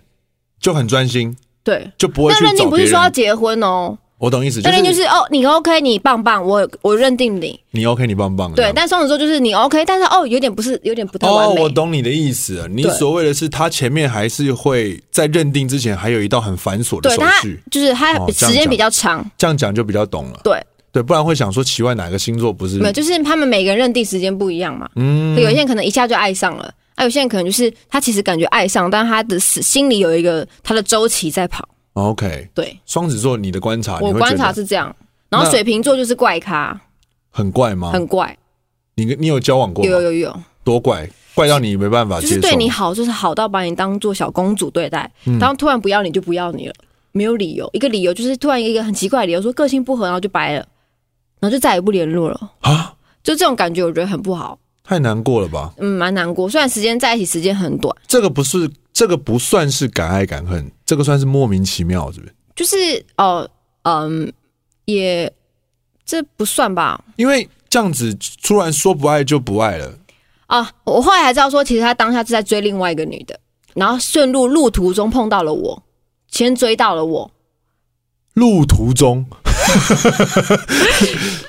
[SPEAKER 1] 就很专心，
[SPEAKER 2] 对，
[SPEAKER 1] 就不会
[SPEAKER 2] 那
[SPEAKER 1] 去
[SPEAKER 2] 认定
[SPEAKER 1] 找
[SPEAKER 2] 不
[SPEAKER 1] 别
[SPEAKER 2] 是说要
[SPEAKER 1] 人。
[SPEAKER 2] 结婚哦，
[SPEAKER 1] 我懂意思，就
[SPEAKER 2] 认定就是是哦，你 OK，你棒棒，我我认定你。
[SPEAKER 1] 你 OK，你棒棒的。
[SPEAKER 2] 对，但双子座就是你 OK，但是哦，有点不是，有点不太
[SPEAKER 1] 嗯
[SPEAKER 2] 完
[SPEAKER 1] 哦，
[SPEAKER 2] 美。
[SPEAKER 1] 我懂你的意思了。你
[SPEAKER 2] 对
[SPEAKER 1] 所谓的是，他前面还是会在认定之前，还有一道很繁琐的
[SPEAKER 2] 对
[SPEAKER 1] 手
[SPEAKER 2] 他
[SPEAKER 1] 续。
[SPEAKER 2] 就是他
[SPEAKER 1] 哦这样
[SPEAKER 2] 时间
[SPEAKER 1] 讲
[SPEAKER 2] 比较长，
[SPEAKER 1] 这样讲就比较懂了。
[SPEAKER 2] 对，
[SPEAKER 1] 对，不然会想说奇怪哪个星座不是
[SPEAKER 2] 没有，就是他们每个人认定时间不一样嘛。
[SPEAKER 1] 嗯
[SPEAKER 2] 所以有些人可能一下就爱上了，啊，有些人可能就是他其实感觉爱上，但他的死心里有一个他的周期在跑。
[SPEAKER 1] 哦 OK，
[SPEAKER 2] 对
[SPEAKER 1] 双子座你的观啊察，你
[SPEAKER 2] 我
[SPEAKER 1] 会
[SPEAKER 2] 观
[SPEAKER 1] 觉
[SPEAKER 2] 察
[SPEAKER 1] 得
[SPEAKER 2] 是这样，然后
[SPEAKER 1] 那
[SPEAKER 2] 水瓶座就是怪咖，
[SPEAKER 1] 很怪吗？
[SPEAKER 2] 很怪，
[SPEAKER 1] 你跟你有交往过
[SPEAKER 2] 有有
[SPEAKER 1] 吗？
[SPEAKER 2] 有有，
[SPEAKER 1] 多怪，怪到你没办法
[SPEAKER 2] 就
[SPEAKER 1] 啊接
[SPEAKER 2] 是
[SPEAKER 1] 受。嗯
[SPEAKER 2] 对你好，就是好到把你当做小公主对待，然后突然不要你就不要你了，没有理由，一个理由就是突然一个很奇怪的理由说个性不合，然后就掰了，然后就再也不联络了，
[SPEAKER 1] 啊，
[SPEAKER 2] 就这种感觉我觉得很不好，
[SPEAKER 1] 太难过了吧？
[SPEAKER 2] 嗯，蛮难过。虽然时间在一起时间很短。
[SPEAKER 1] 这个不是，这个不算是敢爱敢恨，这个算是莫名其妙，是不是？
[SPEAKER 2] 就是哦，嗯，也这不算吧？
[SPEAKER 1] 因为这样子突然说不爱就不爱了，
[SPEAKER 2] 啊，我后来才知道说，其实他当下是在追另外一个女的，然后顺路路途中碰到了我，先追到了我，
[SPEAKER 1] 路途中，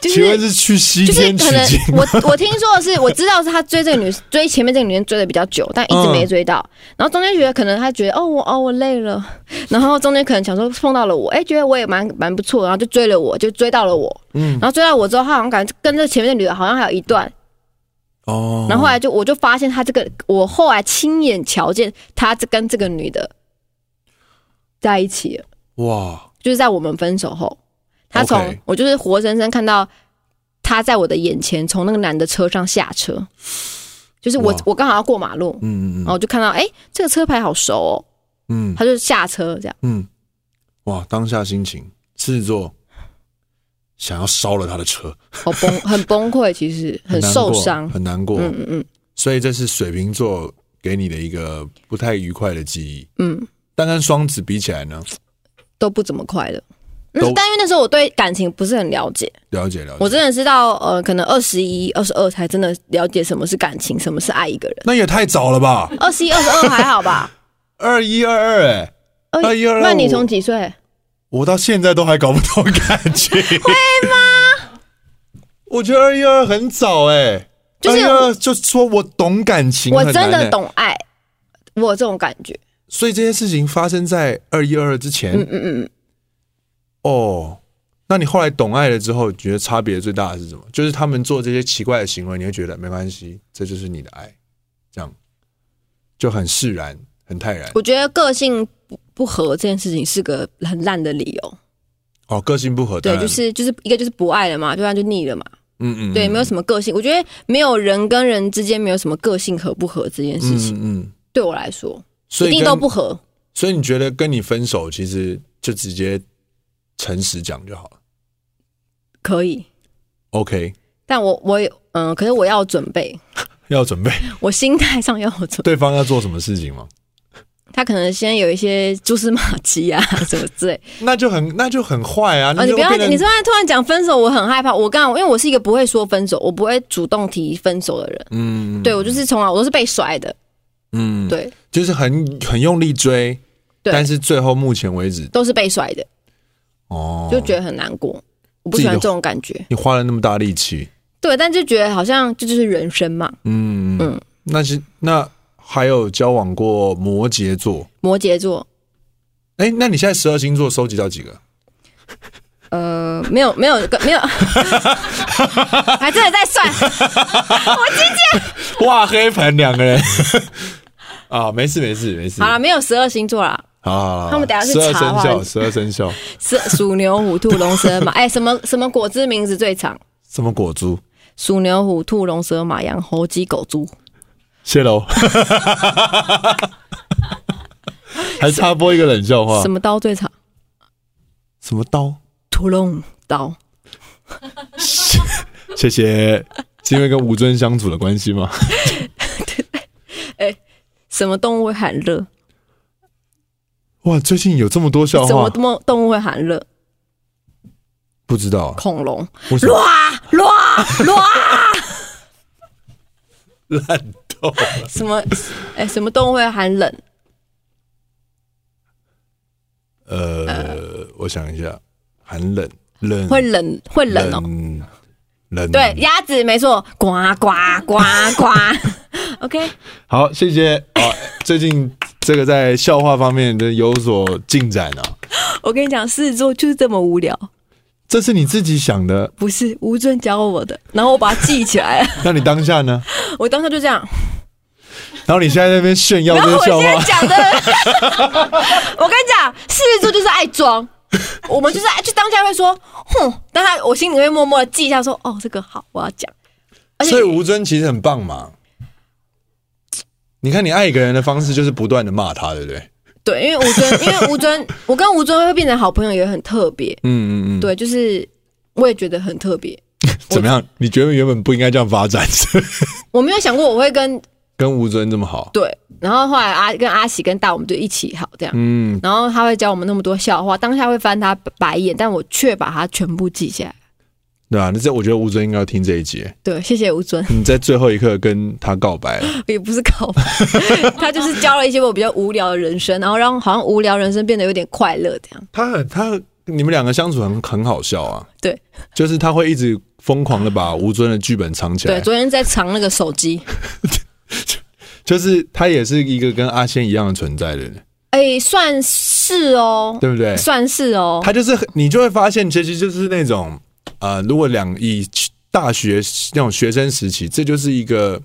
[SPEAKER 2] 就
[SPEAKER 1] 请问
[SPEAKER 2] 是。
[SPEAKER 1] 是去西
[SPEAKER 2] 就是
[SPEAKER 1] 天取
[SPEAKER 2] 可能
[SPEAKER 1] 经？
[SPEAKER 2] 我我听说的是，我知道是他追这个女追前面这个女人追的比较久，但一直
[SPEAKER 1] 嗯
[SPEAKER 2] 没追到。然后中间觉得可能他觉得哦我哦我累了，然后中间可能想说碰到了我，哎、觉得我也蛮蛮不错，然后就追了我，就追到了我。
[SPEAKER 1] 嗯，
[SPEAKER 2] 然后追到我之后，他好像感觉跟这前面的女的好像还有一段，
[SPEAKER 1] 哦，
[SPEAKER 2] 然后后来就我就发现他这个，我后来亲眼瞧见他这跟这个女的在一起了，
[SPEAKER 1] 哇，
[SPEAKER 2] 就是在我们分手后，他从
[SPEAKER 1] OK
[SPEAKER 2] 我就是活生生看到他在我的眼前从那个男的车上下车，就是我
[SPEAKER 1] 哇
[SPEAKER 2] 我刚好要过马路，
[SPEAKER 1] 嗯嗯
[SPEAKER 2] 然后
[SPEAKER 1] 嗯
[SPEAKER 2] 我就看到哎、诶这个车牌好熟哦，
[SPEAKER 1] 嗯
[SPEAKER 2] 他就下车这样，
[SPEAKER 1] 嗯，哇，当下心情，狮子座想要烧了他的车，
[SPEAKER 2] 好崩很崩溃，其实很
[SPEAKER 1] 难
[SPEAKER 2] 受
[SPEAKER 1] 过
[SPEAKER 2] 伤，
[SPEAKER 1] 很难过。
[SPEAKER 2] 嗯嗯嗯
[SPEAKER 1] 所以这是水瓶座给你的一个不太愉快的记忆。
[SPEAKER 2] 嗯，
[SPEAKER 1] 但跟双子比起来呢，
[SPEAKER 2] 都不怎么快乐。嗯
[SPEAKER 1] 都，
[SPEAKER 2] 但因为那时候我对感情不是很了解，
[SPEAKER 1] 了解了
[SPEAKER 2] 我
[SPEAKER 1] 解。
[SPEAKER 2] 真的是到呃，可能二十一、二十二才真的了解什么是感情，什么是爱一个人。
[SPEAKER 1] 那也太早了吧？
[SPEAKER 2] 二十一、二十二还 好吧？
[SPEAKER 1] 二一二二，哎，二一二二，
[SPEAKER 2] 那你
[SPEAKER 1] 我
[SPEAKER 2] 从几岁？
[SPEAKER 1] 我到现在都还搞不懂感情，会吗？我觉得二一二很早哎、
[SPEAKER 2] 就是
[SPEAKER 1] 二就说我懂感情、
[SPEAKER 2] 我
[SPEAKER 1] 很难
[SPEAKER 2] 真的
[SPEAKER 1] 欸，
[SPEAKER 2] 懂爱，我有这种感觉。
[SPEAKER 1] 所以这些事情发生在二一二之前。
[SPEAKER 2] 嗯嗯嗯嗯，
[SPEAKER 1] 哦，那你后来懂爱了之后，觉得差别最大的是什么？就是他们做这些奇怪的行为，你会觉得没关系，这就是你的爱，这样就很释然，很泰然。
[SPEAKER 2] 我觉得个性不不合这件事情是个很烂的理由。
[SPEAKER 1] 哦，个性不合，当
[SPEAKER 2] 对，
[SPEAKER 1] 然
[SPEAKER 2] 就是就是一个就是不爱了嘛，对方就腻了嘛。
[SPEAKER 1] 嗯嗯，
[SPEAKER 2] 对，没有
[SPEAKER 1] 有
[SPEAKER 2] 什么个性。我觉得没有人跟人之间没有什么个性合不合这件事情，
[SPEAKER 1] 嗯嗯，
[SPEAKER 2] 对我来说
[SPEAKER 1] 所
[SPEAKER 2] 一
[SPEAKER 1] 以
[SPEAKER 2] 定
[SPEAKER 1] 跟
[SPEAKER 2] 都不，合。
[SPEAKER 1] 所以你觉得跟你分手，其实就直接诚实讲就好了。
[SPEAKER 2] 可以，
[SPEAKER 1] OK，
[SPEAKER 2] 但我我也嗯，可是我要准备，
[SPEAKER 1] 要准备
[SPEAKER 2] 我心态上要有准备
[SPEAKER 1] 对方要做什么事情吗？
[SPEAKER 2] 他可能先有一些蛛丝马迹啊什么之类。
[SPEAKER 1] 那就很 那就很坏啊！
[SPEAKER 2] 哦，你
[SPEAKER 1] 就
[SPEAKER 2] 不要，
[SPEAKER 1] 变成
[SPEAKER 2] 你突然突然讲分手，我很害怕。我刚因为我是一个不会说分手，我不会主动提分手的人。
[SPEAKER 1] 嗯
[SPEAKER 2] 对我就是从来我都是被甩的，
[SPEAKER 1] 嗯，
[SPEAKER 2] 对，
[SPEAKER 1] 就是很很用力追，
[SPEAKER 2] 对
[SPEAKER 1] 但是最后目前为止
[SPEAKER 2] 都是被甩的，
[SPEAKER 1] 哦，
[SPEAKER 2] 就觉得很难过。我不喜欢
[SPEAKER 1] 自己
[SPEAKER 2] 这
[SPEAKER 1] 的
[SPEAKER 2] 种感觉，
[SPEAKER 1] 你花了那么大力气，
[SPEAKER 2] 对，但就觉得好像这就是人生嘛。
[SPEAKER 1] 嗯嗯，那是那还有交往过摩羯座，
[SPEAKER 2] 摩羯座，
[SPEAKER 1] 哎、那你现在十二星座收集到几个？
[SPEAKER 2] 呃，没有没有没有，还真的在算，
[SPEAKER 1] 哇，黑盆两个人 啊，没事没事没事，
[SPEAKER 2] 好了，没有十二星座啦，
[SPEAKER 1] 好好好，
[SPEAKER 2] 他们等下去
[SPEAKER 1] 十二
[SPEAKER 2] 查
[SPEAKER 1] 生
[SPEAKER 2] 好
[SPEAKER 1] 肖，
[SPEAKER 2] 了
[SPEAKER 1] 十二生肖，
[SPEAKER 2] 是鼠牛虎兔龙蛇马，哎、什么什么果汁名字最长？
[SPEAKER 1] 什么果猪？
[SPEAKER 2] 鼠牛虎兔龙蛇马羊猴鸡狗猪，
[SPEAKER 1] 谢喽， 还插播一个冷笑话
[SPEAKER 2] 什，么刀最长？
[SPEAKER 1] 什么刀？
[SPEAKER 2] 屠龙刀。
[SPEAKER 1] 谢谢，是因为跟吴尊相处的关系 吗？
[SPEAKER 2] 什么动物会喊热？
[SPEAKER 1] 哇，最近有这么多笑
[SPEAKER 2] 什么
[SPEAKER 1] 话，
[SPEAKER 2] 动物动物会喊热？
[SPEAKER 1] 不知道啊
[SPEAKER 2] 恐龙。
[SPEAKER 1] 为什么
[SPEAKER 2] 啊，乱乱。
[SPEAKER 1] 烂透了。
[SPEAKER 2] 什么？哎、什么动物会喊冷？
[SPEAKER 1] 呃，我想一下，寒冷，冷
[SPEAKER 2] 会冷，会冷哦。
[SPEAKER 1] 冷冷
[SPEAKER 2] 对，鸭子没错，呱呱呱呱。OK，
[SPEAKER 1] 好，谢谢啊！最近这个在笑话方面的有所进展啊，
[SPEAKER 2] 我跟你讲，狮子座就是这么无聊。
[SPEAKER 1] 这是你自己想的，
[SPEAKER 2] 不是吴尊教我的，然后我把它记起来了。
[SPEAKER 1] 那你当下呢？
[SPEAKER 2] 我当时就这样，
[SPEAKER 1] 然后你现在在那边炫耀
[SPEAKER 2] 然
[SPEAKER 1] 这
[SPEAKER 2] 后
[SPEAKER 1] 些
[SPEAKER 2] 我
[SPEAKER 1] 笑
[SPEAKER 2] 现在
[SPEAKER 1] 话，
[SPEAKER 2] 讲的， 我跟你讲，狮子座就是爱装，我们就是爱就当下会说，哼，但他我心里会默默的记一下说，哦，这个好，我要讲。而且
[SPEAKER 1] 所以吴尊其实很棒嘛。你看，你爱一个人的方式就是不断的骂他，对不对？
[SPEAKER 2] 对，因为吴尊，因为吴尊，我跟吴尊会变成好朋友也很特别，
[SPEAKER 1] 嗯嗯嗯，
[SPEAKER 2] 对，就是我也觉得很特别。
[SPEAKER 1] 怎么样？你觉得原本不应该这样发展，
[SPEAKER 2] 我没有想过我会跟
[SPEAKER 1] 跟吴尊这么好？
[SPEAKER 2] 对，然后后来阿跟阿喜跟大我们就一起好这样，
[SPEAKER 1] 嗯，
[SPEAKER 2] 然后他会教我们那么多笑话，当下会翻他白眼，但我却把它全部记下来。
[SPEAKER 1] 对啊，那这我觉得吴尊应该要听这一节。
[SPEAKER 2] 对，谢谢吴尊，
[SPEAKER 1] 你在最后一刻跟他告 白了，
[SPEAKER 2] 也不是告白， 他就是教了一些我比较无聊的人生，然后让好像无聊人生变得有点快乐这样。
[SPEAKER 1] 他很他你们两个相处很很好笑啊，
[SPEAKER 2] 对
[SPEAKER 1] 就是他会一直疯狂的把吴尊的剧本藏起
[SPEAKER 2] 对，
[SPEAKER 1] 来，
[SPEAKER 2] 昨天在藏那个手机，
[SPEAKER 1] 就是他也是一个跟阿仙一样的存在的人，
[SPEAKER 2] 哎，算是哦，
[SPEAKER 1] 对不对？
[SPEAKER 2] 算是哦，
[SPEAKER 1] 他就是很你就会发现，其实就是那种呃，如果两以大学那种学生时期，这就是一个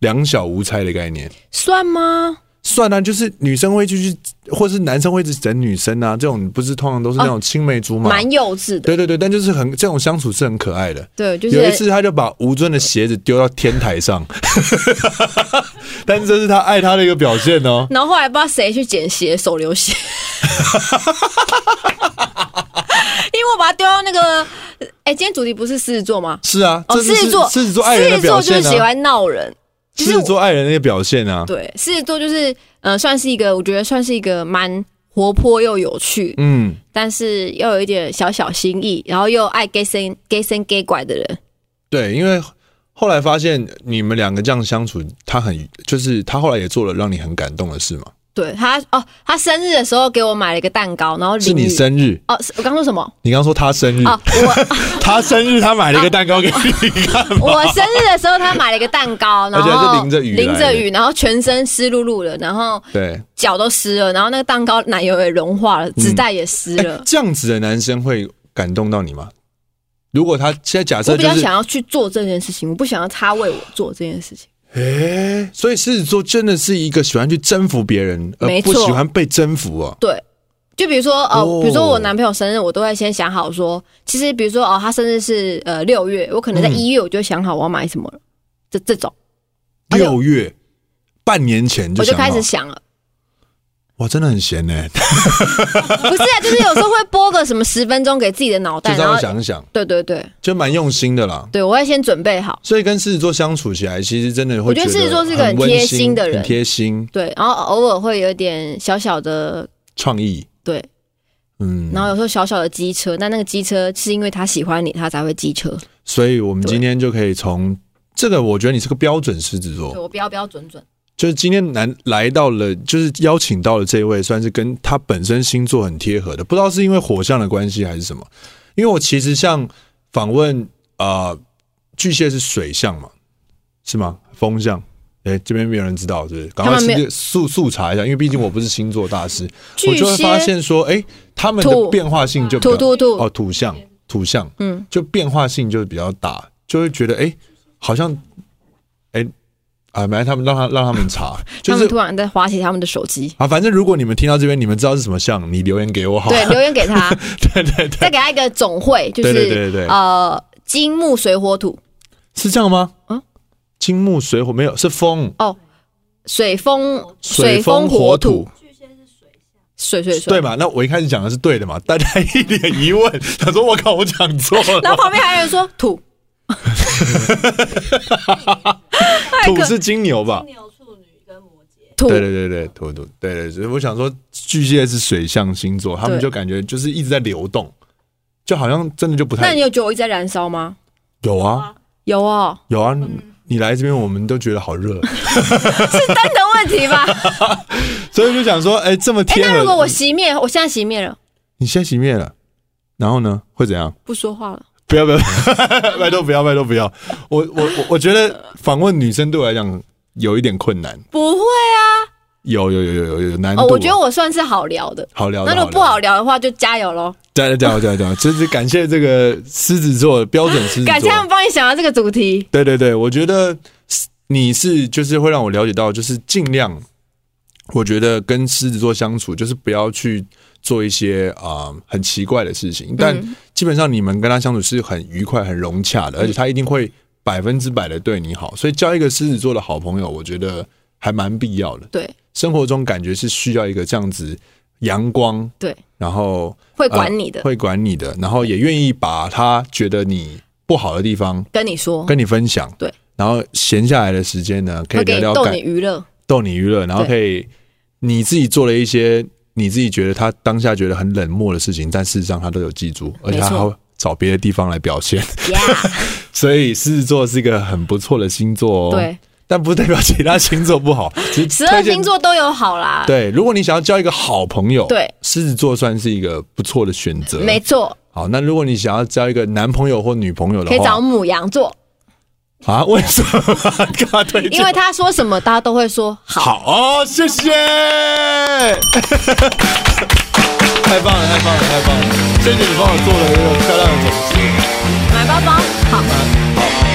[SPEAKER 1] 两小无猜的概念。
[SPEAKER 2] 算吗？
[SPEAKER 1] 算啊，就是女生会去去，或是男生会一直整女生啊，这种不是通常都是那种青梅竹马。
[SPEAKER 2] 蛮幼稚的，
[SPEAKER 1] 对对对，但就是很这种相处是很可爱的。
[SPEAKER 2] 对，就
[SPEAKER 1] 有一
[SPEAKER 2] 是
[SPEAKER 1] 次，他就把吴尊的鞋子丢到天台上， 但是这是他爱他的一个表现哦。
[SPEAKER 2] 然后后来不知道谁去捡鞋，手 流血，因为我把它丢到那个，哎，今天主题不是狮子座吗？
[SPEAKER 1] 是啊，
[SPEAKER 2] 哦，
[SPEAKER 1] 这
[SPEAKER 2] 狮
[SPEAKER 1] 就是
[SPEAKER 2] 子座，
[SPEAKER 1] 狮子座爱人的
[SPEAKER 2] 狮子
[SPEAKER 1] 表
[SPEAKER 2] 座就
[SPEAKER 1] 现
[SPEAKER 2] 是喜
[SPEAKER 1] 啊，
[SPEAKER 2] 欢闹人，就
[SPEAKER 1] 狮
[SPEAKER 2] 是
[SPEAKER 1] 子
[SPEAKER 2] 我
[SPEAKER 1] 座爱人的一个表现啊。
[SPEAKER 2] 对，狮子座就是呃，算是一个我觉得算是一个蛮活泼又有趣，
[SPEAKER 1] 嗯，
[SPEAKER 2] 但是又有一点小小心意，然后又爱 gay 生 gay 生 gay 拐的人。
[SPEAKER 1] 对，因为后来发现你们两个这样相处，他很就是他后来也做了让你很感动的事嘛，
[SPEAKER 2] 对他哦，他生日的时候给我买了一个蛋糕，然后
[SPEAKER 1] 是
[SPEAKER 2] 淋
[SPEAKER 1] 你
[SPEAKER 2] 雨
[SPEAKER 1] 生日，
[SPEAKER 2] 哦，是我刚说什么？
[SPEAKER 1] 你刚说他生日，
[SPEAKER 2] 哦，我哦
[SPEAKER 1] 他生日他买了一个蛋糕给你看嘛，
[SPEAKER 2] 我生日的时候，他买了一个蛋糕，然
[SPEAKER 1] 而且还是
[SPEAKER 2] 后
[SPEAKER 1] 淋着雨来的
[SPEAKER 2] 淋着雨，然后全身湿漉漉的，然后
[SPEAKER 1] 对，
[SPEAKER 2] 脚都湿了，然后那个蛋糕奶油也融化了，纸袋也湿
[SPEAKER 1] 哎
[SPEAKER 2] 了。
[SPEAKER 1] 这样子的男生会感动到你吗？如果他现在假
[SPEAKER 2] 我
[SPEAKER 1] 设
[SPEAKER 2] 比
[SPEAKER 1] 就
[SPEAKER 2] 较
[SPEAKER 1] 是，
[SPEAKER 2] 想要去做这件事情，我不想要他为我做这件事情。
[SPEAKER 1] 哎、所以狮子座真的是一个喜欢去征服别人，而
[SPEAKER 2] 没
[SPEAKER 1] 不
[SPEAKER 2] 错
[SPEAKER 1] 喜欢被征服哦、
[SPEAKER 2] 对，就比如说呃，
[SPEAKER 1] 哦
[SPEAKER 2] 比如说我男朋友生日，我都会先想好说，其实比如说哦，他生日是呃六月，我可
[SPEAKER 1] 嗯
[SPEAKER 2] 能在一月我就想好我要买什么了，这这种而且
[SPEAKER 1] 六月半年前就
[SPEAKER 2] 我就
[SPEAKER 1] 想好
[SPEAKER 2] 开始想了。
[SPEAKER 1] 哇，真的很闲呢、
[SPEAKER 2] 不是啊，就是有时候会播个什么十分钟给自己的脑
[SPEAKER 1] 就
[SPEAKER 2] 袋，
[SPEAKER 1] 这
[SPEAKER 2] 然
[SPEAKER 1] 样
[SPEAKER 2] 后
[SPEAKER 1] 想一想，
[SPEAKER 2] 对对对
[SPEAKER 1] 就蛮用心的啦。
[SPEAKER 2] 对，我会先准备好，
[SPEAKER 1] 所以跟狮子座相处起来，其实真的会
[SPEAKER 2] 我觉得狮子座是一个
[SPEAKER 1] 很
[SPEAKER 2] 很贴
[SPEAKER 1] 温
[SPEAKER 2] 心的人
[SPEAKER 1] 很贴心、
[SPEAKER 2] 对，然后偶尔会有点小小的
[SPEAKER 1] 创意。
[SPEAKER 2] 对，
[SPEAKER 1] 嗯，
[SPEAKER 2] 然后有时候小小的机车，但那个机车是因为他喜欢你，他才会机车。
[SPEAKER 1] 所以我们今天就可以从这个，我觉得你是个标准狮子座，
[SPEAKER 2] 我标标准准，
[SPEAKER 1] 就是今天来来到了，就是邀请到了这一位，算是跟他本身星座很贴合的，不知道是因为火象的关系还是什么。因为我其实像访问呃，巨蟹是水象嘛，是吗？风象，哎、这边没有人知道，是不是？赶快
[SPEAKER 2] 他们没有
[SPEAKER 1] 去速速查一下，因为毕竟我不是星座大师，
[SPEAKER 2] 巨
[SPEAKER 1] 我就会
[SPEAKER 2] 蟹
[SPEAKER 1] 发现说，哎、他们的
[SPEAKER 2] 土
[SPEAKER 1] 变化性就比较
[SPEAKER 2] 土土土
[SPEAKER 1] 哦，土象土象，
[SPEAKER 2] 嗯，
[SPEAKER 1] 就变化性就是比较大，就会觉得哎、诶好像哎、诶啊，没他们让他让他们 查，就
[SPEAKER 2] 他
[SPEAKER 1] 是
[SPEAKER 2] 们突然在划起他们的手机，
[SPEAKER 1] 啊，反正如果你们听到这边，你们知道是什么像，你留言给我好。
[SPEAKER 2] 对，留言给他，
[SPEAKER 1] 对对对，
[SPEAKER 2] 再给他一个总会，就是
[SPEAKER 1] 对对对对
[SPEAKER 2] 呃金木水火土
[SPEAKER 1] 是这样吗？
[SPEAKER 2] 嗯
[SPEAKER 1] 金木水火没有是风，
[SPEAKER 2] 水风
[SPEAKER 1] 水风火土，，
[SPEAKER 3] 巨蟹是水象，
[SPEAKER 2] 水水水
[SPEAKER 1] 对？嘛？那我一开始讲的是对的嘛？大家一脸疑问，他说我靠，我讲错
[SPEAKER 2] 然后
[SPEAKER 1] 了，
[SPEAKER 2] 旁边还有人 说土，太
[SPEAKER 1] 土
[SPEAKER 2] 可
[SPEAKER 1] 是金牛吧
[SPEAKER 3] 金？牛、处女跟摩羯。
[SPEAKER 2] 土
[SPEAKER 1] 对对对对，土土，对对，所以我想说，巨蟹是水象星座，他们
[SPEAKER 2] 对
[SPEAKER 1] 就感觉就是一直在流动，就好像真的就不
[SPEAKER 2] 那
[SPEAKER 1] 太
[SPEAKER 2] 你有觉得我一直在燃烧吗？
[SPEAKER 1] 有啊
[SPEAKER 2] 有哦，
[SPEAKER 1] 有啊，你来这边我们都觉得好热，
[SPEAKER 2] 是灯的问题吧？
[SPEAKER 1] 所以就想说，哎、这么
[SPEAKER 2] 哎，
[SPEAKER 1] 天
[SPEAKER 2] 那
[SPEAKER 1] 了，
[SPEAKER 2] 如果我熄灭，我现在熄灭了，
[SPEAKER 1] 你先熄灭了，然后呢会怎样？
[SPEAKER 2] 不说话了，
[SPEAKER 1] 不要不要，拜托不要拜托不要，我我我我觉得访问女生对我来讲有一点困难，
[SPEAKER 2] 不会啊。
[SPEAKER 1] 有有有有有有难度、啊
[SPEAKER 2] 哦，我觉得我算是好聊的。
[SPEAKER 1] 好聊的，
[SPEAKER 2] 那如果不
[SPEAKER 1] 聊的
[SPEAKER 2] 好聊的话，就加油喽！
[SPEAKER 1] 加油加油加油加油！真是感谢这个狮子座标准狮子座，
[SPEAKER 2] 感谢他们帮你想到这个主题。
[SPEAKER 1] 对对对，我觉得你是就是会让我了解到，就是尽量，我觉得跟狮子座相处，就是不要去做一些啊、呃很奇怪的事情。但基本上你们跟他相处是很愉快、很融洽的，而且他一定会百分之百的对你好。所以交一个狮子座的好朋友，我觉得还蛮必要的。
[SPEAKER 2] 对
[SPEAKER 1] 生活中感觉是需要一个这样子阳光，
[SPEAKER 2] 对，
[SPEAKER 1] 然后
[SPEAKER 2] 会管你的，
[SPEAKER 1] 呃会管你的，然后也愿意把他觉得你不好的地方
[SPEAKER 2] 跟你说，
[SPEAKER 1] 跟你分享，
[SPEAKER 2] 对，
[SPEAKER 1] 然后闲下来的时间呢，可以
[SPEAKER 2] 会给
[SPEAKER 1] 聊聊
[SPEAKER 2] 你逗
[SPEAKER 1] 感
[SPEAKER 2] 你 娱乐。
[SPEAKER 1] 逗你娱乐，然后
[SPEAKER 2] 对
[SPEAKER 1] 可以你自己做了一些你自己觉得他当下觉得很冷漠的事情，但事实上他都有记住，而且他
[SPEAKER 2] 没
[SPEAKER 1] 还
[SPEAKER 2] 错
[SPEAKER 1] 会找别的地方来表现。
[SPEAKER 2] Yeah，
[SPEAKER 1] 所以狮子座是一个很不错的星座哦，，
[SPEAKER 2] 对，
[SPEAKER 1] 但不代表其他星座不 好，只是
[SPEAKER 2] 十二
[SPEAKER 1] 推荐
[SPEAKER 2] 星。座都有好啦。
[SPEAKER 1] 对，如果你想要交一个好朋友，
[SPEAKER 2] 对
[SPEAKER 1] 狮子座算是一个不错的选择。
[SPEAKER 2] 没错，
[SPEAKER 1] 好，那如果你想要交一个男朋友或女朋友的
[SPEAKER 2] 可
[SPEAKER 1] 话，
[SPEAKER 2] 以找母羊座，
[SPEAKER 1] 啊？为什么 干嘛推荐？
[SPEAKER 2] 因为他说什么大家都会说好。
[SPEAKER 1] 好哦，谢谢，太棒了，太棒了，太棒了！谢谢你帮我做了一个漂亮的总结。
[SPEAKER 2] 买包包，好。
[SPEAKER 1] 好好好